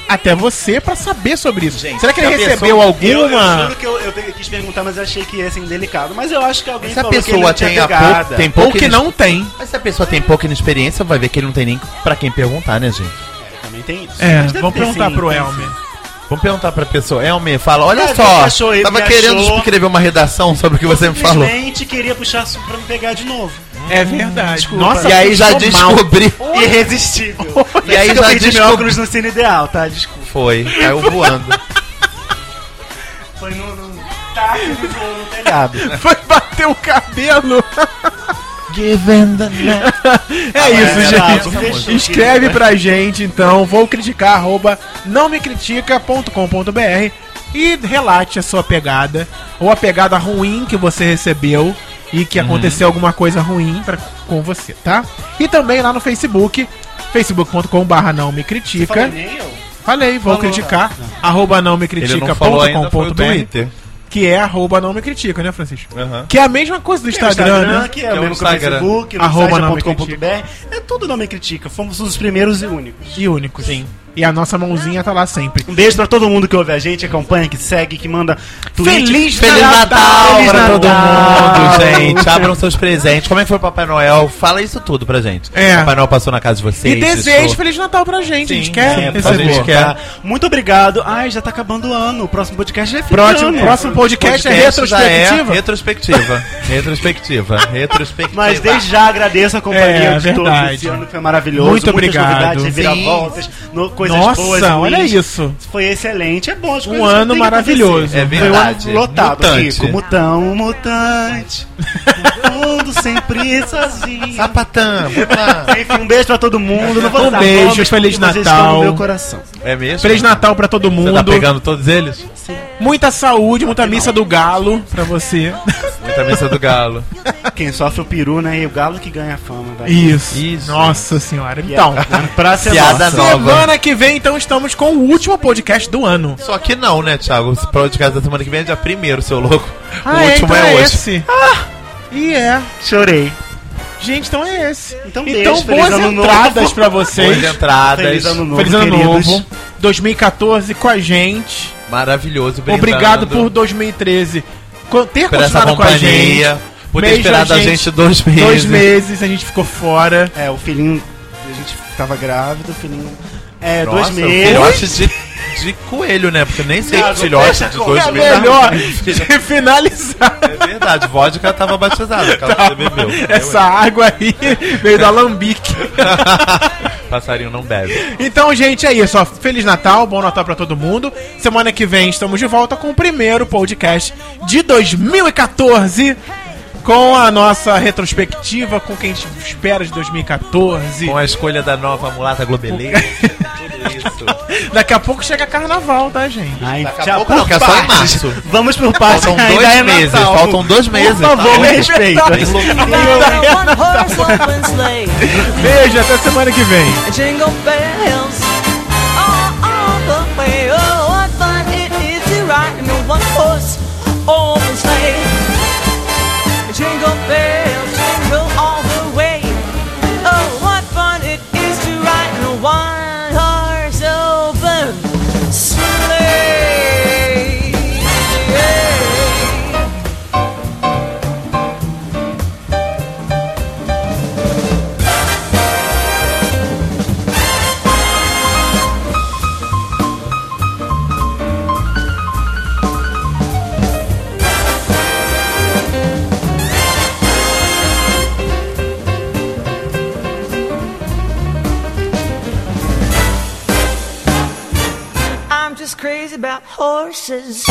Speaker 1: até você pra saber sobre isso?
Speaker 2: Gente,
Speaker 1: Será que ele
Speaker 2: se a
Speaker 1: recebeu
Speaker 2: pessoa-
Speaker 3: Eu, eu
Speaker 1: alguma?
Speaker 3: juro que eu, eu pe- quis perguntar, mas eu achei que ia ser indelicado. Mas eu acho que alguém
Speaker 2: Se a
Speaker 3: falou que ele
Speaker 2: pessoa
Speaker 3: não tinha
Speaker 2: tem a
Speaker 3: pegada.
Speaker 2: pouco, tem
Speaker 1: Ou
Speaker 2: pouco
Speaker 1: que não tem.
Speaker 2: Mas se a pessoa tem pouca inexperiência, vai ver que ele não tem nem pra quem perguntar, né, gente?
Speaker 3: Também tem isso.
Speaker 1: É,
Speaker 3: Mas deve
Speaker 1: vamos
Speaker 3: ter
Speaker 1: perguntar
Speaker 3: sim,
Speaker 1: pro
Speaker 3: tem
Speaker 1: Elmer.
Speaker 3: sim.
Speaker 2: Vamos perguntar pra pessoa. Elmer, fala, olha
Speaker 3: É,
Speaker 2: só,
Speaker 3: me achou, ele
Speaker 2: tava
Speaker 3: me
Speaker 2: querendo
Speaker 3: achou.
Speaker 2: escrever uma redação sobre o que você me falou.
Speaker 3: Simplesmente queria puxar assunto pra me pegar de novo.
Speaker 1: É verdade.
Speaker 3: desculpa.
Speaker 1: Nossa,
Speaker 2: E aí já
Speaker 1: ficou mal.
Speaker 2: descobri.
Speaker 3: Irresistível.
Speaker 2: E aí
Speaker 3: Por isso que eu
Speaker 2: já
Speaker 3: perdi meu
Speaker 2: descob-
Speaker 3: óculos no cine ideal, tá? Desculpa.
Speaker 2: Foi, caiu voando.
Speaker 3: Foi no... no... Tá, que voou no telhado.
Speaker 1: Foi bater o cabelo.
Speaker 2: Given the night.
Speaker 1: É
Speaker 2: mas
Speaker 1: isso,
Speaker 2: é
Speaker 1: gente.
Speaker 2: verdade, essa música.
Speaker 1: Escreve pra gente, então. Vou criticar, arroba não me e relate a sua pegada ou a pegada ruim que você recebeu e que aconteceu alguma coisa ruim pra, com você, tá? E também lá no Facebook, facebook.com barra não me
Speaker 3: Falei,
Speaker 1: critica.
Speaker 3: nem eu.
Speaker 1: Falei, vou
Speaker 3: Falou.
Speaker 1: criticar, arroba não me
Speaker 2: Ele não falou ainda, foi o
Speaker 1: critica.com.br,
Speaker 2: Twitter.
Speaker 1: que é arroba não me critica, né, Francisco?
Speaker 2: Aham.
Speaker 1: Que é a mesma coisa do Instagram, né?
Speaker 3: que é
Speaker 2: É
Speaker 3: o
Speaker 2: o
Speaker 3: mesmo que o
Speaker 2: Instagram.
Speaker 3: Facebook, no
Speaker 1: Arroba
Speaker 3: site
Speaker 1: não me
Speaker 3: ponto com
Speaker 1: critica.
Speaker 3: ponto br. É tudo não me critica. Fomos os primeiros e únicos.
Speaker 1: E únicos. Sim. E a nossa mãozinha tá lá sempre.
Speaker 3: Um beijo pra todo mundo que ouve a gente, acompanha, que segue, que manda tweet.
Speaker 1: Feliz
Speaker 2: Feliz
Speaker 1: Natal
Speaker 2: Natal
Speaker 1: Feliz
Speaker 2: pra todo
Speaker 1: Natal.
Speaker 2: mundo, gente. Abram seus presentes. Como é que foi o Papai Noel? Fala isso tudo pra gente.
Speaker 1: É.
Speaker 2: Papai Noel passou na casa de vocês.
Speaker 1: E desejo
Speaker 2: deixou-
Speaker 1: Feliz Natal pra gente. a gente
Speaker 2: Sim,
Speaker 1: quer
Speaker 2: é, pra
Speaker 1: receber.
Speaker 2: gente quer.
Speaker 3: Tá? Muito obrigado. Ai, já tá acabando o ano. O próximo podcast já é fim de
Speaker 1: Próximo,
Speaker 3: ano.
Speaker 1: próximo podcast, é
Speaker 2: já
Speaker 1: retrospectiva.
Speaker 2: É retrospectiva. retrospectiva. Retrospectiva.
Speaker 3: Mas desde já agradeço a companhia
Speaker 1: É,
Speaker 3: de todos.
Speaker 1: verdade.
Speaker 3: Esse ano foi maravilhoso.
Speaker 1: Muito obrigado.
Speaker 3: Muitas novidades, reviravoltas, no- coisas
Speaker 1: Nossa,
Speaker 3: boas.
Speaker 1: olha
Speaker 3: ruins.
Speaker 1: isso.
Speaker 3: Foi excelente. É bom. As
Speaker 1: Um ano maravilhoso.
Speaker 2: É
Speaker 3: Foi um
Speaker 2: verdade.
Speaker 3: ano lotado,
Speaker 2: Mutante.
Speaker 3: Kiko. Mutão, mutante. No fundo, sempre sozinho.
Speaker 2: Sapatão. vamos lá.
Speaker 3: Enfim, um beijo pra todo mundo. Não vou
Speaker 1: Um
Speaker 3: dar
Speaker 1: beijo,
Speaker 3: nomes,
Speaker 1: Feliz
Speaker 3: porque vocês
Speaker 1: Natal.
Speaker 3: estão no meu coração.
Speaker 2: É mesmo?
Speaker 1: Feliz Natal pra todo
Speaker 2: Você tá
Speaker 1: mundo.
Speaker 2: pegando todos eles?
Speaker 1: muita saúde, muita missa do galo pra você.
Speaker 2: Muita missa do galo.
Speaker 3: Quem sofre o peru, né? E o galo que ganha a fama, vai.
Speaker 1: Isso.
Speaker 2: Isso.
Speaker 1: Nossa senhora. Então,
Speaker 3: Então, pra ser
Speaker 2: Piada
Speaker 3: nossa.
Speaker 2: nova.
Speaker 1: semana que vem, então, estamos com o último podcast do ano.
Speaker 2: Só que não, né, Thiago? Esse podcast da semana que vem é dia primeiro, seu louco.
Speaker 1: Ah,
Speaker 2: o último
Speaker 1: então
Speaker 2: é, hoje.
Speaker 1: esse. Ah, e é.
Speaker 3: Chorei.
Speaker 1: Gente, então é esse.
Speaker 3: Então beijo, feliz
Speaker 1: boas
Speaker 3: ano novo.
Speaker 1: entradas pra vocês.
Speaker 2: Boas entradas.
Speaker 3: Feliz ano novo,
Speaker 1: Feliz ano
Speaker 3: queridos.
Speaker 1: novo. 2014 com a gente.
Speaker 2: Maravilhoso. brindando.
Speaker 1: Obrigado por 2013 co- ter
Speaker 2: por essa
Speaker 1: continuado com a gente.
Speaker 2: companhia. Por ter
Speaker 1: Beijo
Speaker 2: esperado a gente, dois meses.
Speaker 1: Dois meses a gente ficou fora.
Speaker 3: É, o filhinho. A gente tava grávido, o filhinho. É,
Speaker 2: Nossa,
Speaker 3: dois meses.
Speaker 2: Filhote de, de coelho, né? Porque nem sei
Speaker 3: Thiago,
Speaker 2: que filhote
Speaker 3: fecha
Speaker 2: de
Speaker 3: com-
Speaker 2: dois
Speaker 1: é
Speaker 2: meses.
Speaker 1: melhor de finalizar
Speaker 2: É verdade, vodka tava batizada, aquela que você bebeu.
Speaker 1: essa água aí veio do alambique.
Speaker 2: É, Passarinho não bebe.
Speaker 1: Então, gente, é isso. Ó. Feliz Natal, bom Natal pra todo mundo. Semana que vem estamos de volta com o primeiro podcast de 2014. Com a nossa retrospectiva, com o que a gente espera de 2014.
Speaker 2: Com a escolha da nova mulata globeleira. tudo isso.
Speaker 1: Daqui a pouco chega carnaval, tá, gente?
Speaker 3: Ai,
Speaker 2: Daqui a
Speaker 3: tchau,
Speaker 2: pouco não,
Speaker 3: por
Speaker 2: que é só em
Speaker 3: partes.
Speaker 2: março.
Speaker 3: Vamos por partes.
Speaker 2: Faltam
Speaker 3: ainda
Speaker 2: dois
Speaker 3: é
Speaker 2: meses,
Speaker 3: Natal.
Speaker 2: faltam dois meses.
Speaker 3: Por favor,
Speaker 2: tá?
Speaker 3: me respeita.
Speaker 2: Tem loucura.
Speaker 1: Ainda é Natal.
Speaker 6: and sleigh.
Speaker 1: Beijo, até semana que vem.
Speaker 6: Jingle bells all, all the way. Oh, what fun it is to ride in a one-horse open sleigh. Jingle bells jingle all the way. Oh, what fun it is to ride in a one-horse open sleigh. I'm just crazy about horses.